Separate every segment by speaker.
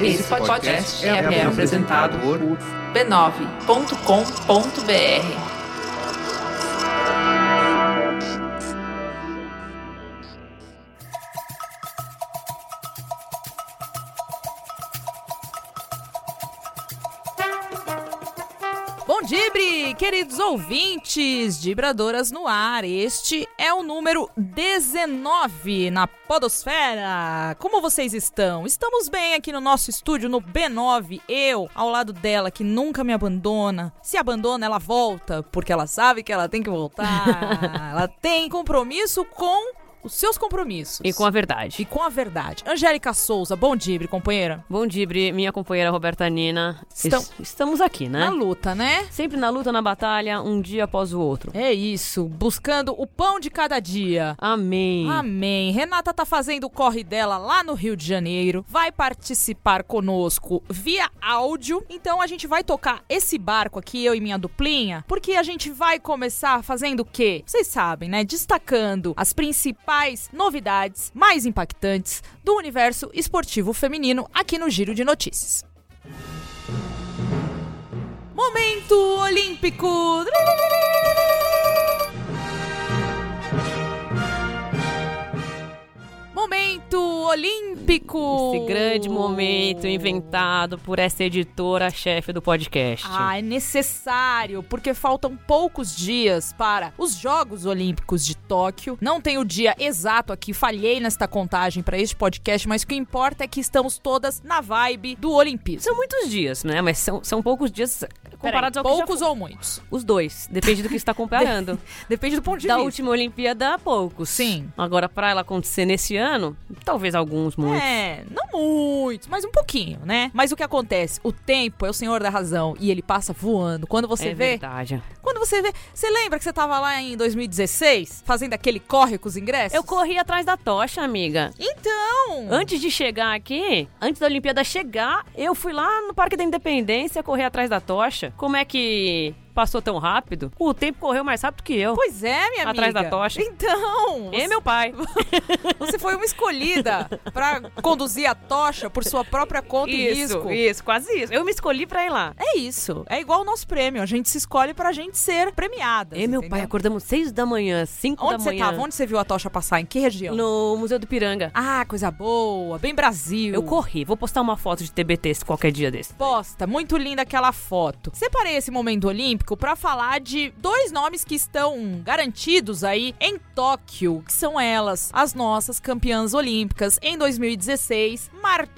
Speaker 1: Esse podcast é, apresentado por b9.com.br.
Speaker 2: Bom Dibre, queridos ouvintes, Dibradoras no ar. Este é o número 19 na Podosfera. Como vocês estão? Estamos bem aqui no nosso estúdio no B9. Eu, ao lado dela, que nunca me abandona. Se abandona, ela volta, porque ela sabe que ela tem que voltar. ela tem compromisso com os seus compromissos.
Speaker 3: E com a verdade.
Speaker 2: E com a verdade. Angélica Souza, bom Dibre, companheira.
Speaker 3: Bom dia, Bri, minha companheira Roberta Nina.
Speaker 2: Estão-
Speaker 3: Es- Estamos aqui, né?
Speaker 2: Na luta, né?
Speaker 3: Sempre na luta, na batalha, um dia após o outro.
Speaker 2: É isso, buscando o pão de cada dia.
Speaker 3: Amém.
Speaker 2: Amém. Renata tá fazendo o corre dela lá no Rio de Janeiro. Vai participar conosco via áudio. Então a gente vai tocar esse barco aqui, eu e minha duplinha, porque a gente vai começar fazendo o quê? Vocês sabem, né? Destacando as principais novidades mais impactantes do universo esportivo feminino aqui no Giro de Notícias. Momento Olímpico! Momento Olímpico!
Speaker 3: Esse grande momento inventado por essa editora-chefe do podcast.
Speaker 2: Ah, é necessário, porque faltam poucos dias para os Jogos Olímpicos de Tóquio. Não tem o dia exato aqui, falhei nesta contagem para este podcast, mas o que importa é que estamos todas na vibe do Olimpismo.
Speaker 3: São muitos dias, né? Mas são, são poucos dias comparados ao que
Speaker 2: poucos
Speaker 3: já...
Speaker 2: ou muitos?
Speaker 3: Os dois. Depende do que está comparando.
Speaker 2: Depende do ponto de
Speaker 3: da
Speaker 2: vista.
Speaker 3: última Olimpíada, há poucos.
Speaker 2: Sim.
Speaker 3: Agora, pra ela acontecer nesse ano, talvez alguns, muitos.
Speaker 2: É, não muito, mas um pouquinho, né? Mas o que acontece? O tempo é o senhor da razão e ele passa voando. Quando você
Speaker 3: É
Speaker 2: vê,
Speaker 3: verdade.
Speaker 2: quando você vê, você lembra que você tava lá em 2016 fazendo aquele corre com os ingressos?
Speaker 3: Eu corri atrás da tocha, amiga.
Speaker 2: Então,
Speaker 3: Antes de chegar aqui, antes da Olimpíada chegar, eu fui lá no Parque da Independência correr atrás da tocha. Como é que passou tão rápido? O tempo correu mais rápido que eu.
Speaker 2: Pois é, minha amiga.
Speaker 3: Atrás da tocha.
Speaker 2: Então,
Speaker 3: E meu pai.
Speaker 2: você foi uma escolhida pra conduzir a tocha por sua própria conta e risco.
Speaker 3: isso, quase isso. Eu me escolhi pra ir lá.
Speaker 2: É isso. É igual o nosso prêmio. A gente se escolhe pra gente ser premiada.
Speaker 3: E É, meu pai, acordamos seis da manhã, cinco
Speaker 2: Onde
Speaker 3: da
Speaker 2: você
Speaker 3: manhã.
Speaker 2: tava? Onde você viu a tocha passar? Em que região?
Speaker 3: No Museu do Piranga.
Speaker 2: Ah, coisa boa. Bem Brasil.
Speaker 3: Eu corri. Vou postar uma foto de TBT esse qualquer dia desse.
Speaker 2: Posta, muito linda aquela foto. Separei esse momento olímpico pra falar de dois nomes que estão garantidos aí em Tóquio, que são elas, as nossas campeãs olímpicas em 2016,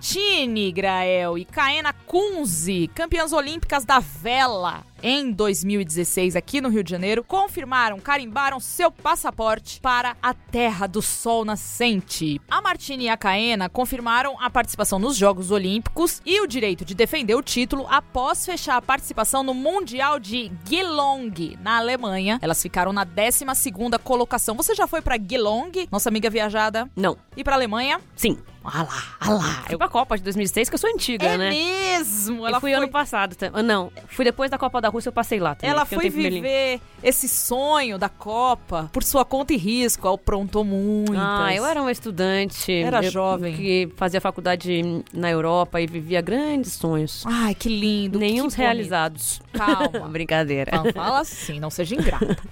Speaker 2: Martine Grael e Kaena Kunze, campeãs olímpicas da vela. Em 2016, aqui no Rio de Janeiro, confirmaram, carimbaram seu passaporte para a Terra do Sol Nascente. A Martini e a Caena confirmaram a participação nos Jogos Olímpicos e o direito de defender o título após fechar a participação no Mundial de Geelong, na Alemanha. Elas ficaram na 12ª colocação. Você já foi para Geelong, nossa amiga viajada,
Speaker 3: Não,
Speaker 2: e para Alemanha?
Speaker 3: sim.
Speaker 2: Ah lá, ah lá.
Speaker 3: Fui pra Copa de 2006, que eu sou antiga,
Speaker 2: É
Speaker 3: né?
Speaker 2: mesmo!
Speaker 3: Eu
Speaker 2: Ela
Speaker 3: fui
Speaker 2: foi
Speaker 3: ano passado. tam- ah, Não, fui depois da Copa da Rússia, eu passei lá também.
Speaker 2: Ela
Speaker 3: fiquei um
Speaker 2: foi
Speaker 3: tempo em Berlim.
Speaker 2: viver esse sonho da Copa por sua conta e risco, aprontou muitas.
Speaker 3: Ah, eu era uma estudante.
Speaker 2: Era
Speaker 3: eu-
Speaker 2: jovem.
Speaker 3: Que fazia faculdade na Europa e vivia grandes sonhos.
Speaker 2: Ai, que lindo.
Speaker 3: Nenhum
Speaker 2: Ah, que bonito.
Speaker 3: realizados.
Speaker 2: Calma.
Speaker 3: Brincadeira.
Speaker 2: Não fala assim, não seja ingrata.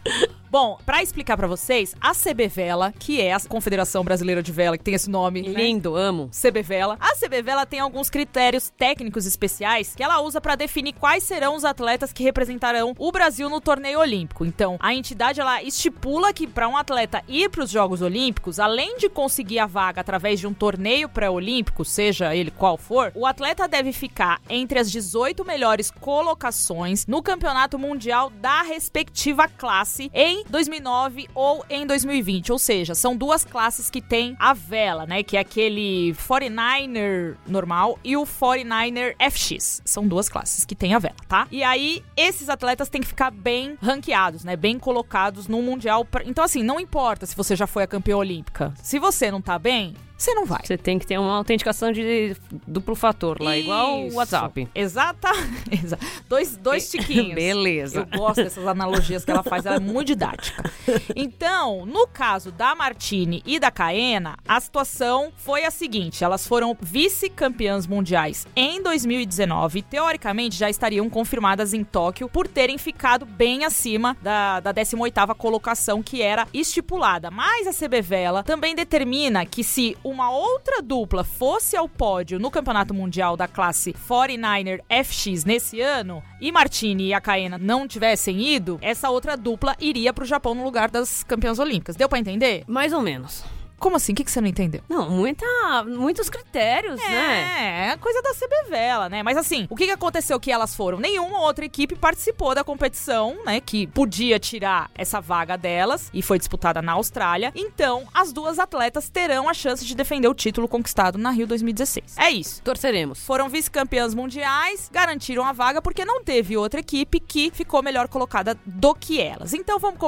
Speaker 2: Bom, pra explicar pra vocês, a CB Vela, que é a Confederação Brasileira de Vela, que tem esse nome, né?
Speaker 3: Lindo, amo.
Speaker 2: CB Vela. A CB Vela tem alguns critérios técnicos especiais que ela usa para definir quais serão os atletas que representarão o Brasil no torneio olímpico. Então, a entidade ela estipula que para um atleta ir para os Jogos Olímpicos, além de conseguir a vaga através de um torneio pré-olímpico, seja ele qual for, o atleta deve ficar entre as 18 melhores colocações no Campeonato Mundial da respectiva classe em 2009 ou em 2020. Ou seja, são duas classes que tem a vela, né? Que é aquele 49er normal e o 49er FX. São duas classes que tem a vela, tá? E aí, esses atletas têm que ficar bem ranqueados, né? Bem colocados no Mundial. pra- Então, assim, não importa se você já foi a campeã olímpica. Se você não tá bem, você não vai.
Speaker 3: Você tem que ter uma autenticação de duplo fator lá, igual o
Speaker 2: Isso.
Speaker 3: WhatsApp.
Speaker 2: Exata. exa- Dois, dois tiquinhos.
Speaker 3: Beleza.
Speaker 2: Eu gosto dessas analogias que ela faz, ela é muito didática. Então, no caso da Martini e da Caena, a situação foi a seguinte: elas foram vice-campeãs mundiais em 2019 e, teoricamente, já estariam confirmadas em Tóquio por terem ficado bem acima da, da 18 colocação que era estipulada. Mas a CBVela também determina que se uma outra dupla fosse ao pódio no Campeonato Mundial da classe 49er FX nesse ano e Martini e a Caena não tivessem ido, essa outra dupla iria pro Japão no lugar das campeãs olímpicas. Deu pra entender?
Speaker 3: Mais ou menos.
Speaker 2: Como assim? O que, que você não entendeu?
Speaker 3: Não, muita, muitos critérios, né?
Speaker 2: É, é coisa da CBVela, né? Mas assim, o que que aconteceu que elas foram? Nenhuma outra equipe participou da competição, né? Que podia tirar essa vaga delas e foi disputada na Austrália. Então, as duas atletas terão a chance de defender o título conquistado na Rio 2016. É isso.
Speaker 3: Torceremos.
Speaker 2: Foram vice-campeãs mundiais, garantiram a vaga porque não teve outra equipe que ficou melhor colocada do que elas. Então vamos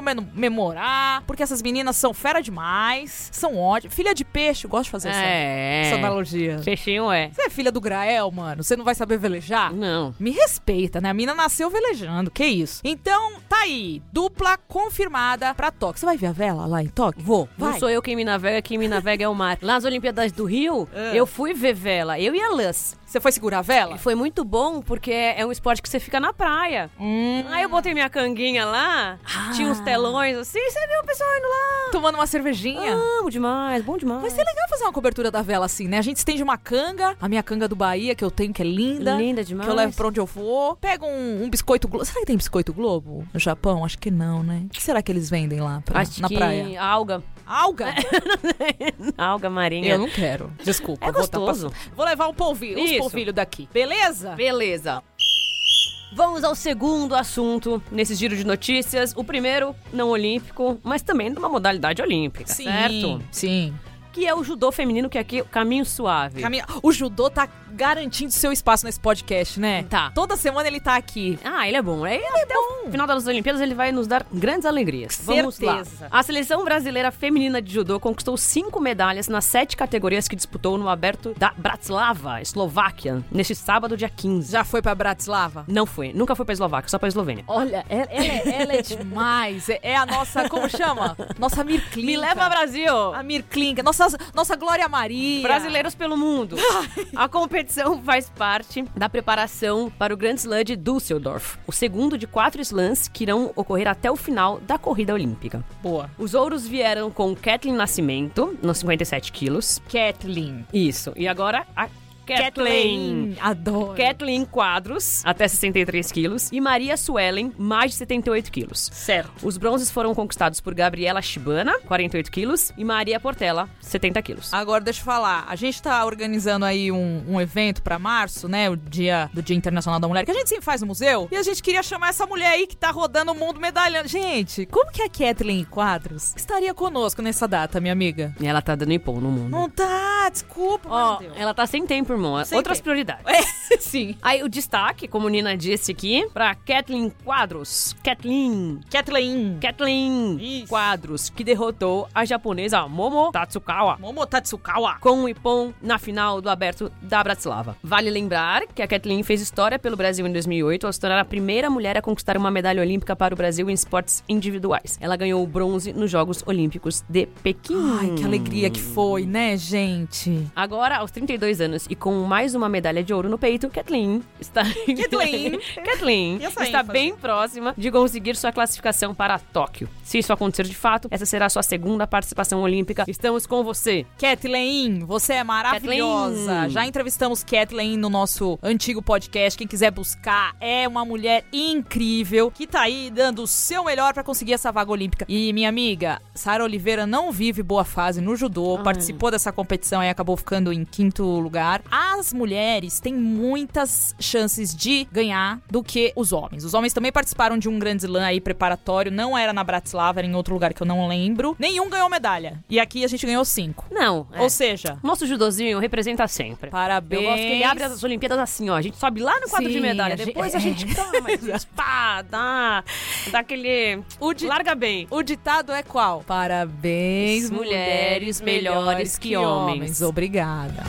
Speaker 2: comemorar, porque essas meninas são fera demais, são ótimas. Filha de peixe, eu gosto de fazer essa, essa
Speaker 3: É.
Speaker 2: analogia.
Speaker 3: Peixinho é. Ah,
Speaker 2: Você é filha do Grael, mano? Você não vai saber velejar?
Speaker 3: Não.
Speaker 2: Me respeita, né? A mina nasceu velejando, que isso. Então, tá aí. Dupla confirmada pra Tóquio. Você vai ver a vela lá em Tóquio? Vou. Vai.
Speaker 3: Não sou eu quem me navega, quem me navega é o mar. Lá nas Olimpíadas do Rio,
Speaker 2: Ah.
Speaker 3: eu fui ver vela, eu e a Luz.
Speaker 2: Você foi segurar a vela?
Speaker 3: Foi muito bom, porque é um esporte que você fica na praia.
Speaker 2: Hum. Ah.
Speaker 3: Aí eu botei minha canguinha lá, tinha uns telões assim, você viu o pessoal indo lá.
Speaker 2: Tomando uma cervejinha.
Speaker 3: Amo demais, bom demais.
Speaker 2: Vai ser legal Ah, fazer uma cobertura da vela assim, né? A gente estende uma canga, a minha canga do Bahia, que eu tenho, que é linda.
Speaker 3: Linda demais.
Speaker 2: Que eu levo pra onde eu vou. Pega um, um biscoito Globo. Será que tem biscoito Globo no Japão? Acho que não, né? O que será que eles vendem lá pra-
Speaker 3: Acho
Speaker 2: na
Speaker 3: que
Speaker 2: praia?
Speaker 3: alga.
Speaker 2: Alga?
Speaker 3: Alga marinha.
Speaker 2: Eu não quero. Desculpa.
Speaker 3: É
Speaker 2: vou tá
Speaker 3: gostoso.
Speaker 2: pass- Vou levar um polvilho, uns
Speaker 3: Isso.
Speaker 2: polvilho daqui. Beleza?
Speaker 3: Beleza. Vamos ao segundo assunto nesse giro de notícias. O primeiro, não olímpico, mas também de uma modalidade
Speaker 2: Tá
Speaker 3: olímpica, certo?
Speaker 2: Sim.
Speaker 3: Que é o judô feminino, que é aqui o caminho suave.
Speaker 2: Caminha- O judô tá garantindo seu espaço nesse podcast, né?
Speaker 3: Tá.
Speaker 2: Toda semana ele tá aqui. Então,
Speaker 3: Ah, ele é bom. Ele até o final das Olimpíadas ele vai nos dar grandes alegrias. Vamos lá.
Speaker 2: Certeza.
Speaker 3: A seleção brasileira feminina de judô conquistou cinco medalhas nas sete categorias que disputou no aberto da Bratislava, Eslováquia, neste sábado, dia 15.
Speaker 2: Já foi pra Bratislava?
Speaker 3: Não foi, nunca foi pra Eslováquia, só pra Eslovênia.
Speaker 2: Olha, ela, ela- ela é demais. É, é a nossa, como chama? Nossa Mirklinka.
Speaker 3: Me leva, Brasil!
Speaker 2: A Mirklinka, nossa, nossa Glória Maria.
Speaker 3: Brasileiros pelo mundo. A competição faz parte da preparação para o Grand Slam de Düsseldorf, o segundo de quatro slams que irão ocorrer até o final da corrida olímpica.
Speaker 2: Boa.
Speaker 3: Os ouros vieram com Kathleen Nascimento, nos 57 quilos.
Speaker 2: Kathleen.
Speaker 3: Isso. E agora a Kathleen.
Speaker 2: Adoro.
Speaker 3: Kathleen Quadros, até 63 quilos. E Maria Suelen, mais de 78 quilos.
Speaker 2: Certo.
Speaker 3: Os bronzes foram conquistados por Gabriela Shibana, 48 quilos, e Maria Portela, 70 quilos.
Speaker 2: Agora, deixa eu falar. A gente tá organizando aí um, um evento pra março, né? O dia do Dia Internacional da Mulher, que a gente sempre faz no museu. E a gente queria chamar essa mulher aí que tá rodando o mundo medalhando. Gente, como que a Kathleen Quadros estaria conosco nessa data, minha amiga?
Speaker 3: E ela tá dando impor no mundo.
Speaker 2: Não tá, desculpa, mas
Speaker 3: Ó,
Speaker 2: não deu.
Speaker 3: ela tá sem tempo, irmão.
Speaker 2: Sem
Speaker 3: Outras
Speaker 2: tempo.
Speaker 3: prioridades.
Speaker 2: Sim.
Speaker 3: Aí o destaque, como Nina disse aqui, pra Kathleen Quadros. Kathleen.
Speaker 2: Kathleen.
Speaker 3: Kathleen
Speaker 2: Isso.
Speaker 3: Quadros, que derrotou a japonesa Momo Tatsukawa
Speaker 2: Momo Tatsukawa.
Speaker 3: com o Ippon na final do aberto da Bratislava. Vale lembrar que a Kathleen fez história pelo Brasil em 2008 ao se tornar a primeira mulher a conquistar uma medalha olímpica para o Brasil em esportes individuais. Ela ganhou o bronze nos Jogos Olímpicos de Pequim.
Speaker 2: Ai, que alegria que foi, né, gente?
Speaker 3: Agora, aos 32 anos e com mais uma medalha de ouro no peito, Kathleen está
Speaker 2: Kathleen.
Speaker 3: Kathleen
Speaker 2: E essa
Speaker 3: está
Speaker 2: ênfase?
Speaker 3: bem próxima de conseguir sua classificação para Tóquio. Se isso acontecer de fato, essa será a sua segunda participação olímpica. Estamos com você.
Speaker 2: Kathleen, você é maravilhosa.
Speaker 3: Kathleen.
Speaker 2: Já entrevistamos Kathleen no nosso antigo podcast. Quem quiser buscar, é uma mulher incrível que tá aí dando o seu melhor pra conseguir essa vaga olímpica. E minha amiga, Sara Oliveira não vive boa fase no judô, participou dessa competição e acabou ficando em quinto lugar. A as mulheres têm muitas chances de ganhar do que os homens. Os homens também participaram de um grande slam aí preparatório, não era na Bratislava, era em outro lugar que eu não lembro. Nenhum ganhou medalha. E aqui a gente ganhou cinco.
Speaker 3: Não, é.
Speaker 2: Ou seja,
Speaker 3: Nosso judozinho representa sempre.
Speaker 2: parabéns.
Speaker 3: Eu gosto que ele abre as Olimpíadas assim, ó. A gente sobe lá no quadro de
Speaker 2: Sim,
Speaker 3: medalha.
Speaker 2: a gente-
Speaker 3: Depois a gente dá mais pá, dá, dá aquele...
Speaker 2: O di-
Speaker 3: Larga bem.
Speaker 2: O ditado é qual? Parabéns,
Speaker 3: As mulheres melhores que homens.
Speaker 2: Obrigada.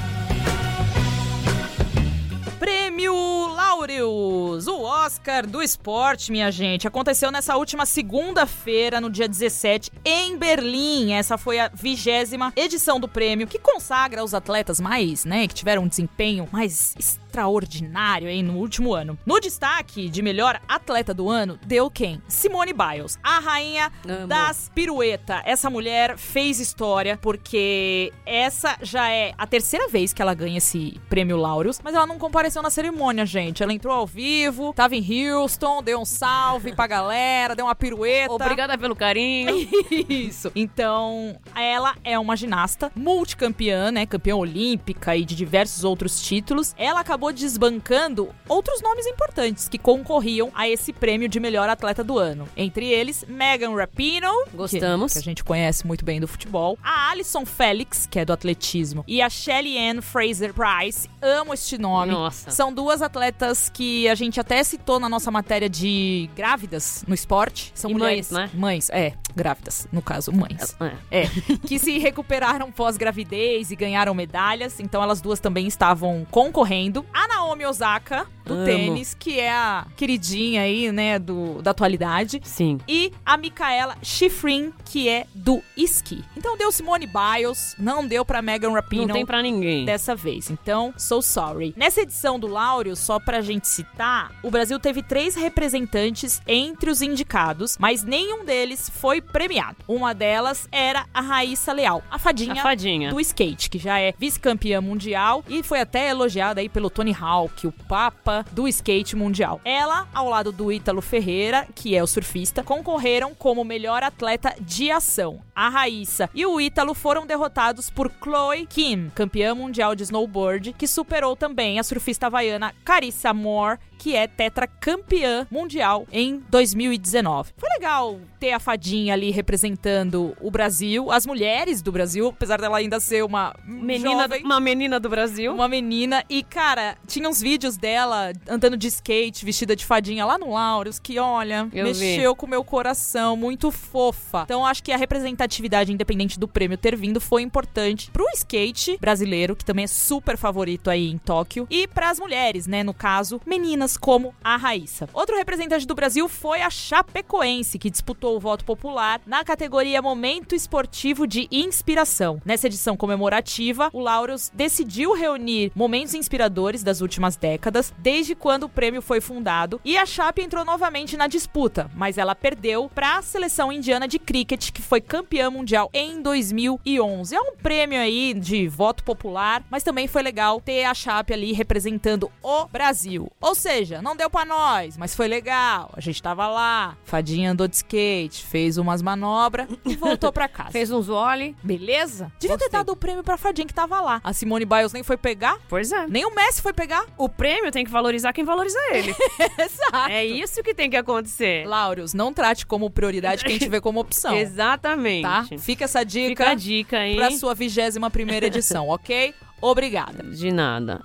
Speaker 2: Prêmio Laureus, o Oscar do esporte, minha gente. Aconteceu nessa última segunda-feira, no dia 17, em Berlim. Essa foi a vigésima edição do prêmio, que consagra os atletas mais, né, que tiveram um desempenho mais extraordinário aí no último ano. No destaque de melhor atleta do ano, deu quem? Simone Biles, a rainha
Speaker 3: Amo.
Speaker 2: das pirueta. Essa mulher fez história porque essa já é a terceira vez que ela ganha esse prêmio Laureus, mas ela não compareceu na cerimônia, gente. Ela entrou ao vivo, tava em Houston, deu um salve pra galera, deu uma pirueta.
Speaker 3: Obrigada pelo carinho.
Speaker 2: Isso. Então, ela é uma ginasta multicampeã, né? Campeã olímpica e de diversos outros títulos. Ela acabou desbancando outros nomes importantes que concorriam a esse prêmio de melhor atleta do ano. Entre eles, Megan Rapinoe, que-
Speaker 3: Gostamos.
Speaker 2: que a gente conhece muito bem do futebol, a Alison Felix, que é do atletismo, e a Shelly Ann Fraser Price. Amo este nome.
Speaker 3: Nossa.
Speaker 2: São duas atletas que a gente até citou na nossa matéria de grávidas no esporte. São
Speaker 3: E
Speaker 2: mulheres.
Speaker 3: mães, né?
Speaker 2: Mães, é, grávidas, no caso, mães.
Speaker 3: É.
Speaker 2: É, que se recuperaram pós-gravidez e ganharam medalhas, então elas duas também estavam concorrendo. A Naomi Osaka, do
Speaker 3: Amo.
Speaker 2: tênis, que é a queridinha aí, né, do, da atualidade.
Speaker 3: Sim.
Speaker 2: E a Micaela Schifrin, que é do esqui. Então deu Simone Biles, não deu pra Megan Rapinoe
Speaker 3: Não tem pra ninguém.
Speaker 2: dessa vez. Então, so sorry. Nessa edição do Laureo, só pra gente citar, o Brasil teve três representantes entre os indicados, mas nenhum deles foi premiado. Uma delas era a Raíssa Leal, a
Speaker 3: A
Speaker 2: fadinha.
Speaker 3: fadinha.
Speaker 2: Do skate, que já é vice-campeã mundial e foi até elogiada aí pelo Tony Hawk, o papa do skate mundial. Ela, ao lado do Ítalo Ferreira, que é o surfista, concorreram como melhor atleta de ação. A Raíssa e o Ítalo foram derrotados por Chloe Kim, campeã mundial de snowboard, que superou também a surfista havaiana Carissa Moore, que é tetracampeã mundial em 2019. Foi legal ter a fadinha ali representando o Brasil, as mulheres do Brasil, apesar dela ainda ser uma
Speaker 3: Menina,
Speaker 2: jovem,
Speaker 3: um uma menina do Brasil.
Speaker 2: uma menina. E, cara, tinha uns vídeos dela andando de skate, vestida de fadinha lá no Laureus, que, olha,
Speaker 3: Eu
Speaker 2: mexeu com o meu coração, muito fofa. Então, acho que a representatividade, independente do prêmio ter vindo, foi importante pro skate brasileiro, que também é super favorito aí em Tóquio, e pras mulheres, né? No caso, meninas como a Raíssa. Outro representante do Brasil foi a Chapecoense, que disputou o voto popular na categoria Momento Esportivo de Inspiração. Nessa edição comemorativa, o Laureus decidiu reunir momentos inspiradores das últimas décadas, desde quando o prêmio foi fundado, e a Chape entrou novamente na disputa, mas ela perdeu para a seleção indiana de cricket, que foi campeã mundial em 2011. É um prêmio aí de voto popular, mas também foi legal ter a Chape ali representando o Brasil. Ou seja, não deu pra nós, mas foi legal. A gente tava lá, fadinha andou de skate, fez umas manobras e voltou pra casa.
Speaker 3: Fez uns olhos.
Speaker 2: Beleza? Devia ter
Speaker 3: Gostei.
Speaker 2: dado o prêmio pra Fadinha que tava lá. A Simone Biles nem foi pegar,
Speaker 3: Pois é.
Speaker 2: nem o Messi foi pegar.
Speaker 3: O prêmio tem que valorizar quem valoriza ele.
Speaker 2: Exato.
Speaker 3: é isso que tem que acontecer.
Speaker 2: Laureus, não trate como prioridade quem tiver como opção.
Speaker 3: Exatamente.
Speaker 2: Tá? Fica essa dica,
Speaker 3: Fica a dica, hein?
Speaker 2: pra sua 21 primeira edição, ok? Obrigada.
Speaker 3: De nada.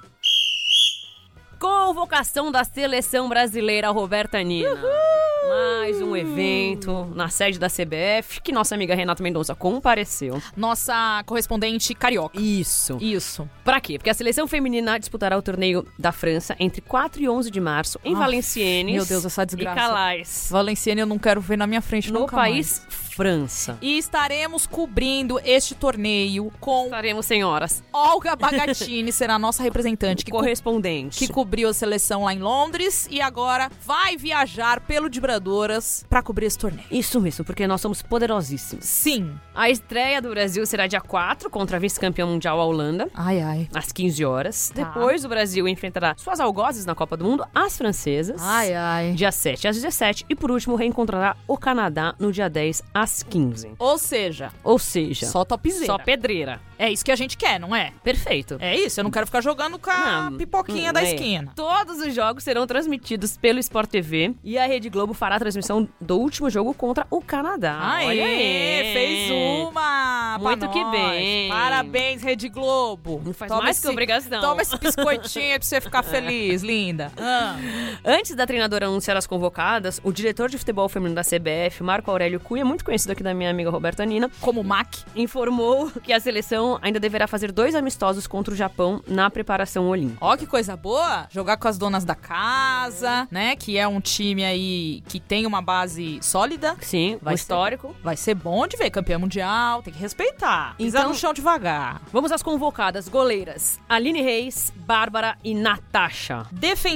Speaker 3: Convocação da seleção brasileira Roberta Nina. Mais um evento na sede da CBF que nossa amiga Renata Mendonça compareceu.
Speaker 2: Nossa correspondente carioca.
Speaker 3: Isso.
Speaker 2: Isso.
Speaker 3: Pra quê? Porque a seleção feminina disputará o torneio da França entre 4 e 11 de março em
Speaker 2: Ah,
Speaker 3: Valenciennes.
Speaker 2: meu Deus, essa
Speaker 3: E
Speaker 2: desgraça.
Speaker 3: Calais.
Speaker 2: Valenciana eu não quero ver na minha frente
Speaker 3: No
Speaker 2: nunca mais.
Speaker 3: país França.
Speaker 2: E estaremos cobrindo este torneio com
Speaker 3: Estaremos, senhoras,
Speaker 2: Olga Bagatini, será a nossa representante, que co-
Speaker 3: correspondente.
Speaker 2: que cobriu a seleção lá em Londres e agora vai viajar pelo Dibradoras pra cobrir esse torneio.
Speaker 3: Isso mesmo, porque nós somos poderosíssimos.
Speaker 2: Sim.
Speaker 3: A estreia do Brasil será dia 4 contra a vice-campeã mundial a Holanda.
Speaker 2: Ai, ai.
Speaker 3: Às 15 horas.
Speaker 2: Tá.
Speaker 3: Depois o Brasil enfrentará suas algozes na Copa do Mundo, as francesas.
Speaker 2: ai.
Speaker 3: Dia 7 às 17. E por último, reencontrará o Canadá no dia 10 às às 15.
Speaker 2: Ou seja,
Speaker 3: Ou seja,
Speaker 2: só topzeira.
Speaker 3: só pedreira.
Speaker 2: É isso que a gente quer, não é?
Speaker 3: Perfeito.
Speaker 2: É isso, eu não quero ficar jogando com a
Speaker 3: Não,
Speaker 2: pipoquinha
Speaker 3: não
Speaker 2: da
Speaker 3: é.
Speaker 2: esquina.
Speaker 3: Todos os jogos serão transmitidos pelo Sport TV e a Rede Globo fará a transmissão do último jogo contra o Canadá. Ah, Olha aí,
Speaker 2: fez uma! pra
Speaker 3: Muito que
Speaker 2: nós.
Speaker 3: bem.
Speaker 2: Parabéns, Rede Globo.
Speaker 3: Não faz mais que obrigação.
Speaker 2: Toma esse biscoitinho pra você ficar feliz, linda. Ah,
Speaker 3: Antes da treinadora anunciar as convocadas, o diretor de futebol feminino da CBF, Marco Aurélio Cunha, muito conhecido aqui da minha amiga Roberta Nina,
Speaker 2: como Mac.
Speaker 3: informou que a seleção ainda deverá fazer dois amistosos contra o Japão na preparação olímpica.
Speaker 2: Ó, que coisa boa! Jogar com as donas da casa, né? Que é um time aí que tem uma base sólida.
Speaker 3: Sim,
Speaker 2: Vai
Speaker 3: um
Speaker 2: ser.
Speaker 3: histórico.
Speaker 2: Vai ser bom de ver campeão mundial, tem que respeitar. Pisar
Speaker 3: Então-
Speaker 2: no chão devagar.
Speaker 3: Vamos às convocadas. Goleiras, Aline Reis, Bárbara e Natasha.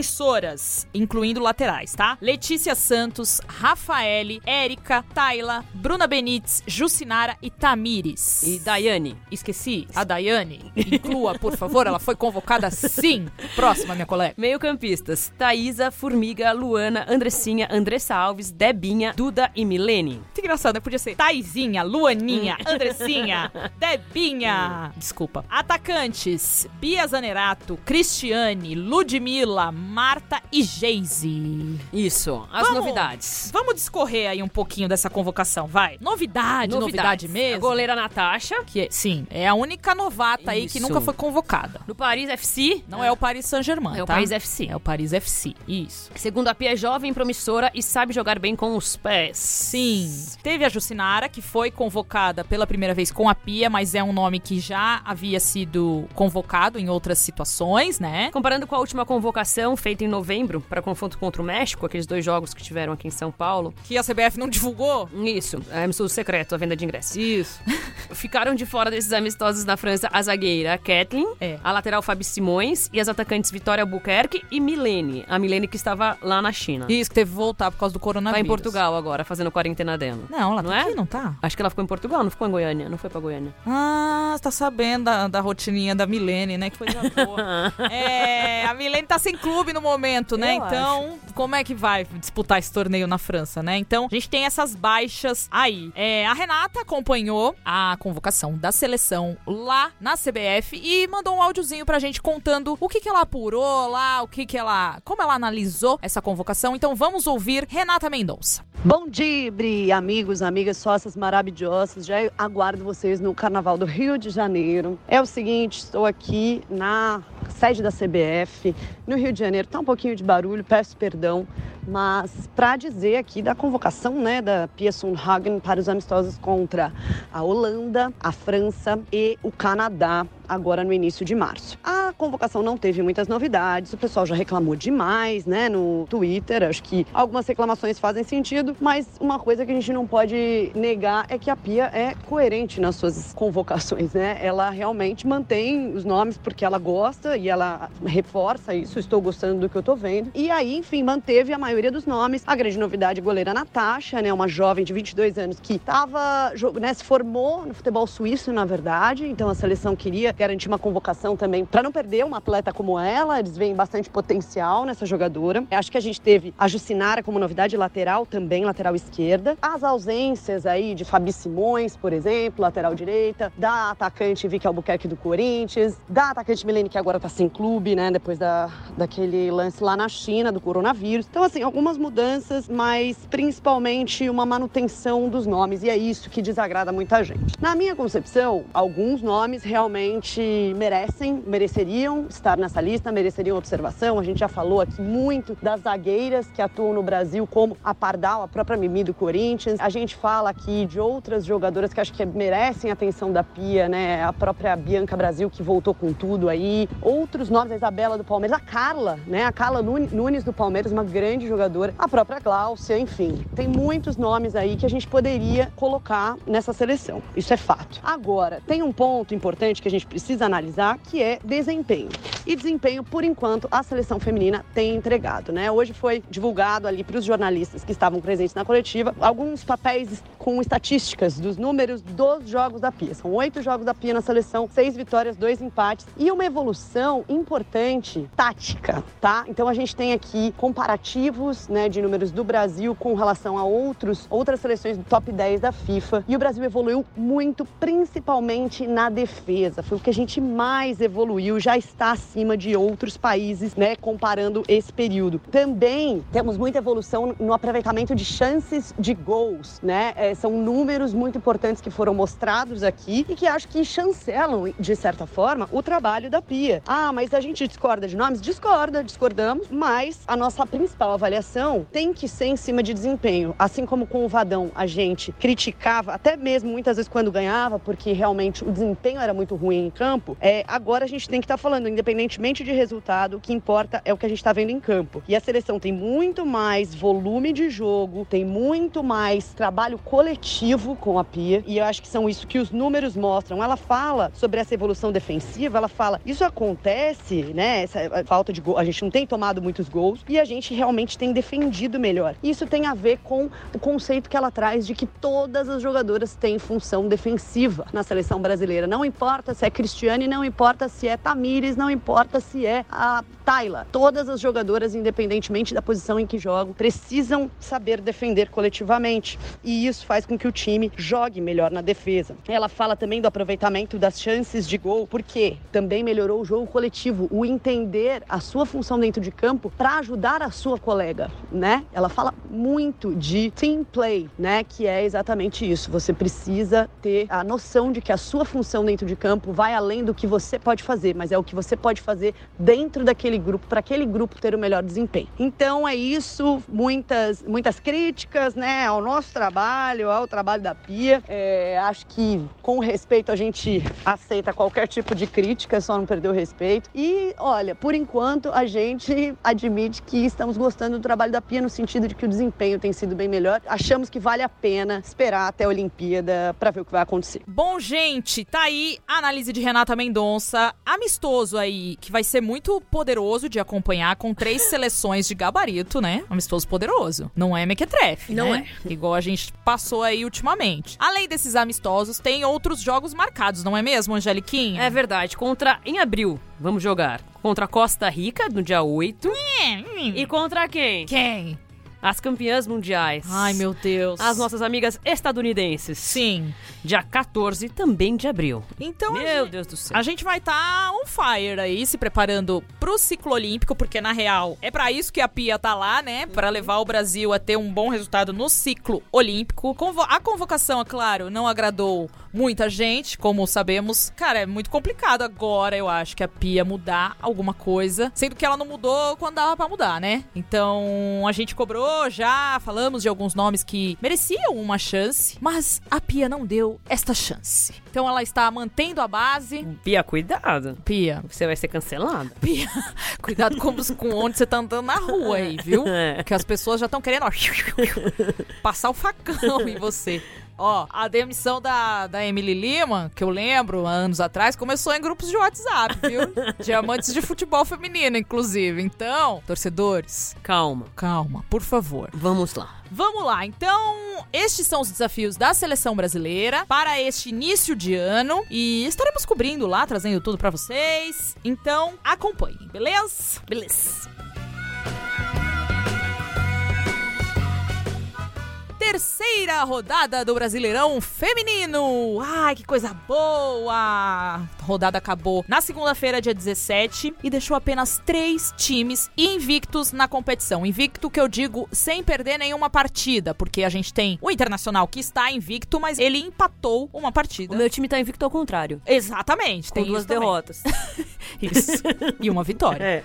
Speaker 2: Defensoras, incluindo laterais, tá? Letícia Santos, Rafaele, Érica, Tayla, Bruna Benites, Jucinara e Tamires.
Speaker 3: E Daiane.
Speaker 2: Esqueci? A Daiane, inclua, por favor, ela foi convocada sim. Próxima, minha colega.
Speaker 3: Meio-campistas: Thaísa, Formiga, Luana, Andressinha, Andressa Alves, Debinha, Duda e Milene.
Speaker 2: Muito engraçado, né? Podia ser Taizinha, Luaninha, Andressinha, Debinha. Desculpa. Atacantes: Bia Zanerato, Cristiane, Ludmilla, Marta e Geise.
Speaker 3: Isso, as
Speaker 2: Vamos.
Speaker 3: novidades.
Speaker 2: Vamos discorrer aí um pouquinho dessa convocação, vai. Novidade, Ah, novidade,
Speaker 3: Novidades.
Speaker 2: mesmo.
Speaker 3: A goleira Natasha,
Speaker 2: Que, é- sim, é a única novata aí que
Speaker 3: Isso.
Speaker 2: nunca foi convocada.
Speaker 3: do Paris FC.
Speaker 2: Não é o Paris Saint-Germain,
Speaker 3: É o
Speaker 2: tá?
Speaker 3: Paris FC.
Speaker 2: É o Paris FC, isso.
Speaker 3: Segundo a Pia, é jovem, promissora e sabe jogar bem com os pés.
Speaker 2: Sim. Teve a Jucinara, que foi convocada pela primeira vez com a Pia, mas é um nome que já havia sido convocado em outras situações, né?
Speaker 3: Comparando com a última convocação feita em novembro para confronto contra o México, aqueles dois jogos que tiveram aqui em São Paulo.
Speaker 2: Que a CBF não divulgou.
Speaker 3: Isso, é amistoso secreto, a venda de ingressos.
Speaker 2: Isso.
Speaker 3: Ficaram de fora desses amistosos na França a zagueira Kathleen,
Speaker 2: É.
Speaker 3: a lateral Fabi Simões e as atacantes Vitória Albuquerque e Milene. A Milene que estava lá na China.
Speaker 2: Isso, que teve que voltar por causa do
Speaker 3: Tá
Speaker 2: coronavírus.
Speaker 3: em Portugal agora, fazendo quarentena dela.
Speaker 2: Não, ela
Speaker 3: Não
Speaker 2: tá
Speaker 3: é?
Speaker 2: aqui, não tá?
Speaker 3: Acho que ela ficou em Portugal, não ficou em Goiânia, não foi pra Goiânia.
Speaker 2: Ah, você tá sabendo da, da rotininha da Milene, né? Que coisa boa. é, a Milene tá sem clube no momento, né?
Speaker 3: Eu
Speaker 2: então, como é que vai disputar esse torneio na França, né? Então, a gente tem essas baixas aí. É, a Renata acompanhou a convocação da seleção lá na CBF e mandou um áudiozinho pra gente contando o que, que ela apurou lá, o que, que ela. como ela analisou essa convocação. Então, vamos ouvir Renata Mendonça.
Speaker 4: Bom dia, Bri, amigos, amigas, sócias maravilhosas. Já aguardo vocês no Carnaval do Rio de Janeiro. É o seguinte, estou aqui na sede da CBF, no Rio de Janeiro. Tá um pouquinho de barulho, peço perdão, mas para dizer aqui da convocação, né, da Pia Sundhagen para os amistosos contra a Holanda, a França e o Canadá agora no início de março. A convocação não teve muitas novidades, o pessoal já reclamou demais, né, no Twitter, acho que algumas reclamações fazem sentido, mas uma coisa que a gente não pode negar é que a Pia é coerente nas suas convocações, né? Ela realmente mantém os nomes porque ela gosta e ela reforça isso, estou gostando do que eu tô vendo. E aí, enfim, manteve a maioria dos nomes. A grande novidade, goleira Natasha, né, uma jovem de 22 anos que tava, jo- né, se formou no futebol suíço, na verdade, então a seleção queria garantir uma convocação também para não perder uma atleta como ela, eles veem bastante potencial nessa jogadora. Eu Acho que a gente teve a Jucinara como novidade lateral também, lateral esquerda. As ausências aí de Fabi Simões, por exemplo, lateral direita, da atacante Vicky Albuquerque do Corinthians, da atacante Milene, que agora Ah, tá sem clube, né, depois da, daquele lance lá na China do coronavírus. Então, assim, algumas mudanças, mas principalmente uma manutenção dos nomes, e é isso que desagrada muita gente. Na minha concepção, alguns nomes realmente merecem, mereceriam estar nessa lista, mereceriam observação. A gente já falou aqui muito das zagueiras que atuam no Brasil, como a Pardal, a própria Mimi do Corinthians. A gente fala aqui de outras jogadoras que acho que merecem a atenção da Pia, né? A própria Bianca Brasil, que voltou com tudo aí. Outros nomes, a Isabela do Palmeiras, a Carla, né? A Carla Nune- Nunes do Palmeiras, uma grande jogadora. A própria Gláucia, enfim. Tem muitos nomes aí que a gente poderia colocar nessa seleção. Isso é fato. Agora, tem um ponto importante que a gente precisa analisar, que é desempenho. e desempenho, por enquanto, a seleção feminina tem entregado. Né? Hoje foi divulgado ali para os jornalistas que estavam presentes na coletiva alguns papéis com estatísticas dos números dos jogos da Pia. São oito jogos da Pia na seleção, seis vitórias, dois empates e uma evolução importante tática, tá? Então a gente tem aqui comparativos né, de números do Brasil com relação a outros, outras seleções do top 10 da FIFA. E o Brasil evoluiu muito, principalmente na defesa. Foi o que a gente mais evoluiu, já está acima de outros países, né? Comparando esse período. Também temos muita evolução no aproveitamento de chances de gols, né? É, são números muito importantes que foram mostrados aqui e que acho que chancelam, de certa forma, o trabalho da Pia. Ah, mas a gente discorda de nomes? Discorda, discordamos, mas a nossa principal avaliação tem que ser em cima de desempenho. Assim como com o Vadão a gente criticava, até mesmo muitas vezes quando ganhava, porque realmente o desempenho era muito ruim em campo, é, agora a gente tem que estar tá falando, independentemente de resultado, o que importa é o que a gente está vendo em campo. E a seleção tem muito mais volume de jogo, tem muito mais trabalho coletivo com a Pia, e eu acho que são isso que os números mostram. Ela fala sobre essa evolução defensiva, ela fala, isso acontece, né? Essa falta de gol, a gente não tem tomado muitos gols e a gente realmente tem defendido melhor. Isso tem a ver com o conceito que ela traz de que todas as jogadoras têm função defensiva na seleção brasileira. Não importa se é Cristiane, não importa se é Tamires, não importa se é a Tayla. Todas as jogadoras, independentemente da posição em que jogam, precisam saber defender coletivamente. E isso faz com que o time jogue melhor na defesa. Ela fala também do aproveitamento das chances de gol, porque também melhorou o jogo coletivo, o entender a sua função dentro de campo para ajudar a sua colega, né? Ela fala muito de team play, né? Que é exatamente isso. Você precisa ter a noção de que a sua função dentro de campo vai além do que você pode fazer, mas é o que você pode fazer dentro daquele grupo para aquele grupo ter o melhor desempenho. Então é isso, muitas muitas críticas, né? Ao nosso trabalho, ao trabalho da Pia. É, acho que com respeito a gente aceita qualquer tipo de crítica, só não perder o respeito. E olha, por enquanto a gente admite que estamos gostando do trabalho da Pia no sentido de que o desempenho tem sido bem melhor. Achamos que vale a pena esperar até a Olimpíada para ver o que vai acontecer.
Speaker 2: Bom, gente, tá aí a análise de Renata Mendonça, amistoso aí, que vai ser muito poderoso de acompanhar com três seleções de gabarito, né? Amistoso poderoso. Não é mequetrefe,
Speaker 3: Não
Speaker 2: né? é. Igual a gente passou aí ultimamente. Além desses amistosos, tem outros jogos marcados, não é mesmo, Angeliquinha?
Speaker 3: É verdade. Contra em abril, vamos jogar contra Costa Rica no dia 8 e contra quem?
Speaker 2: Quem?
Speaker 3: As campeãs mundiais.
Speaker 2: Ai, meu Deus.
Speaker 3: As nossas amigas estadunidenses.
Speaker 2: Sim.
Speaker 3: Dia 14 também de abril.
Speaker 2: Então, a
Speaker 3: Meu
Speaker 2: gente-
Speaker 3: Deus do céu.
Speaker 2: a gente vai estar on fire aí, se preparando pro ciclo olímpico, porque na real é pra isso que a Pia tá lá, né? Pra levar o Brasil a ter um bom resultado no ciclo olímpico. Convo- a convocação, é claro, não agradou muita gente, como sabemos. Cara, é muito complicado agora, eu acho, que a Pia mudar alguma coisa, sendo que ela não mudou quando dava pra mudar, né? Então, a gente cobrou já, falamos de alguns nomes que mereciam uma chance, mas a Pia não deu esta chance. Então, ela está mantendo a base,
Speaker 3: Pia, cuidado.
Speaker 2: Pia,
Speaker 3: Você vai ser cancelada.
Speaker 2: Pia, cuidado com, os- com onde você tá andando na rua aí, viu?
Speaker 3: É.
Speaker 2: Que as pessoas já estão querendo, ó, passar o facão em você. Ó, a demissão da, da Emily Lima, que eu lembro, há anos atrás, começou em grupos de WhatsApp, viu? Diamantes de futebol feminino, inclusive. Então, torcedores,
Speaker 3: Calma.
Speaker 2: calma, por favor.
Speaker 3: Vamos lá.
Speaker 2: Vamos lá, então, estes são os desafios da seleção brasileira para este início de ano e estaremos cobrindo lá, trazendo tudo pra vocês. Então, acompanhem, beleza?
Speaker 3: Beleza.
Speaker 2: Terceira rodada do Brasileirão Feminino. Ai, que coisa boa! A rodada acabou na segunda-feira, dia 17, e deixou apenas três times invictos na competição. Invicto que eu digo sem perder nenhuma partida, porque a gente tem o Internacional que está invicto, mas ele empatou uma
Speaker 3: O
Speaker 2: partida.
Speaker 3: meu time tá invicto ao contrário.
Speaker 2: Exatamente,
Speaker 3: Com
Speaker 2: tem
Speaker 3: duas
Speaker 2: isso também.
Speaker 3: derrotas.
Speaker 2: Isso. E uma vitória.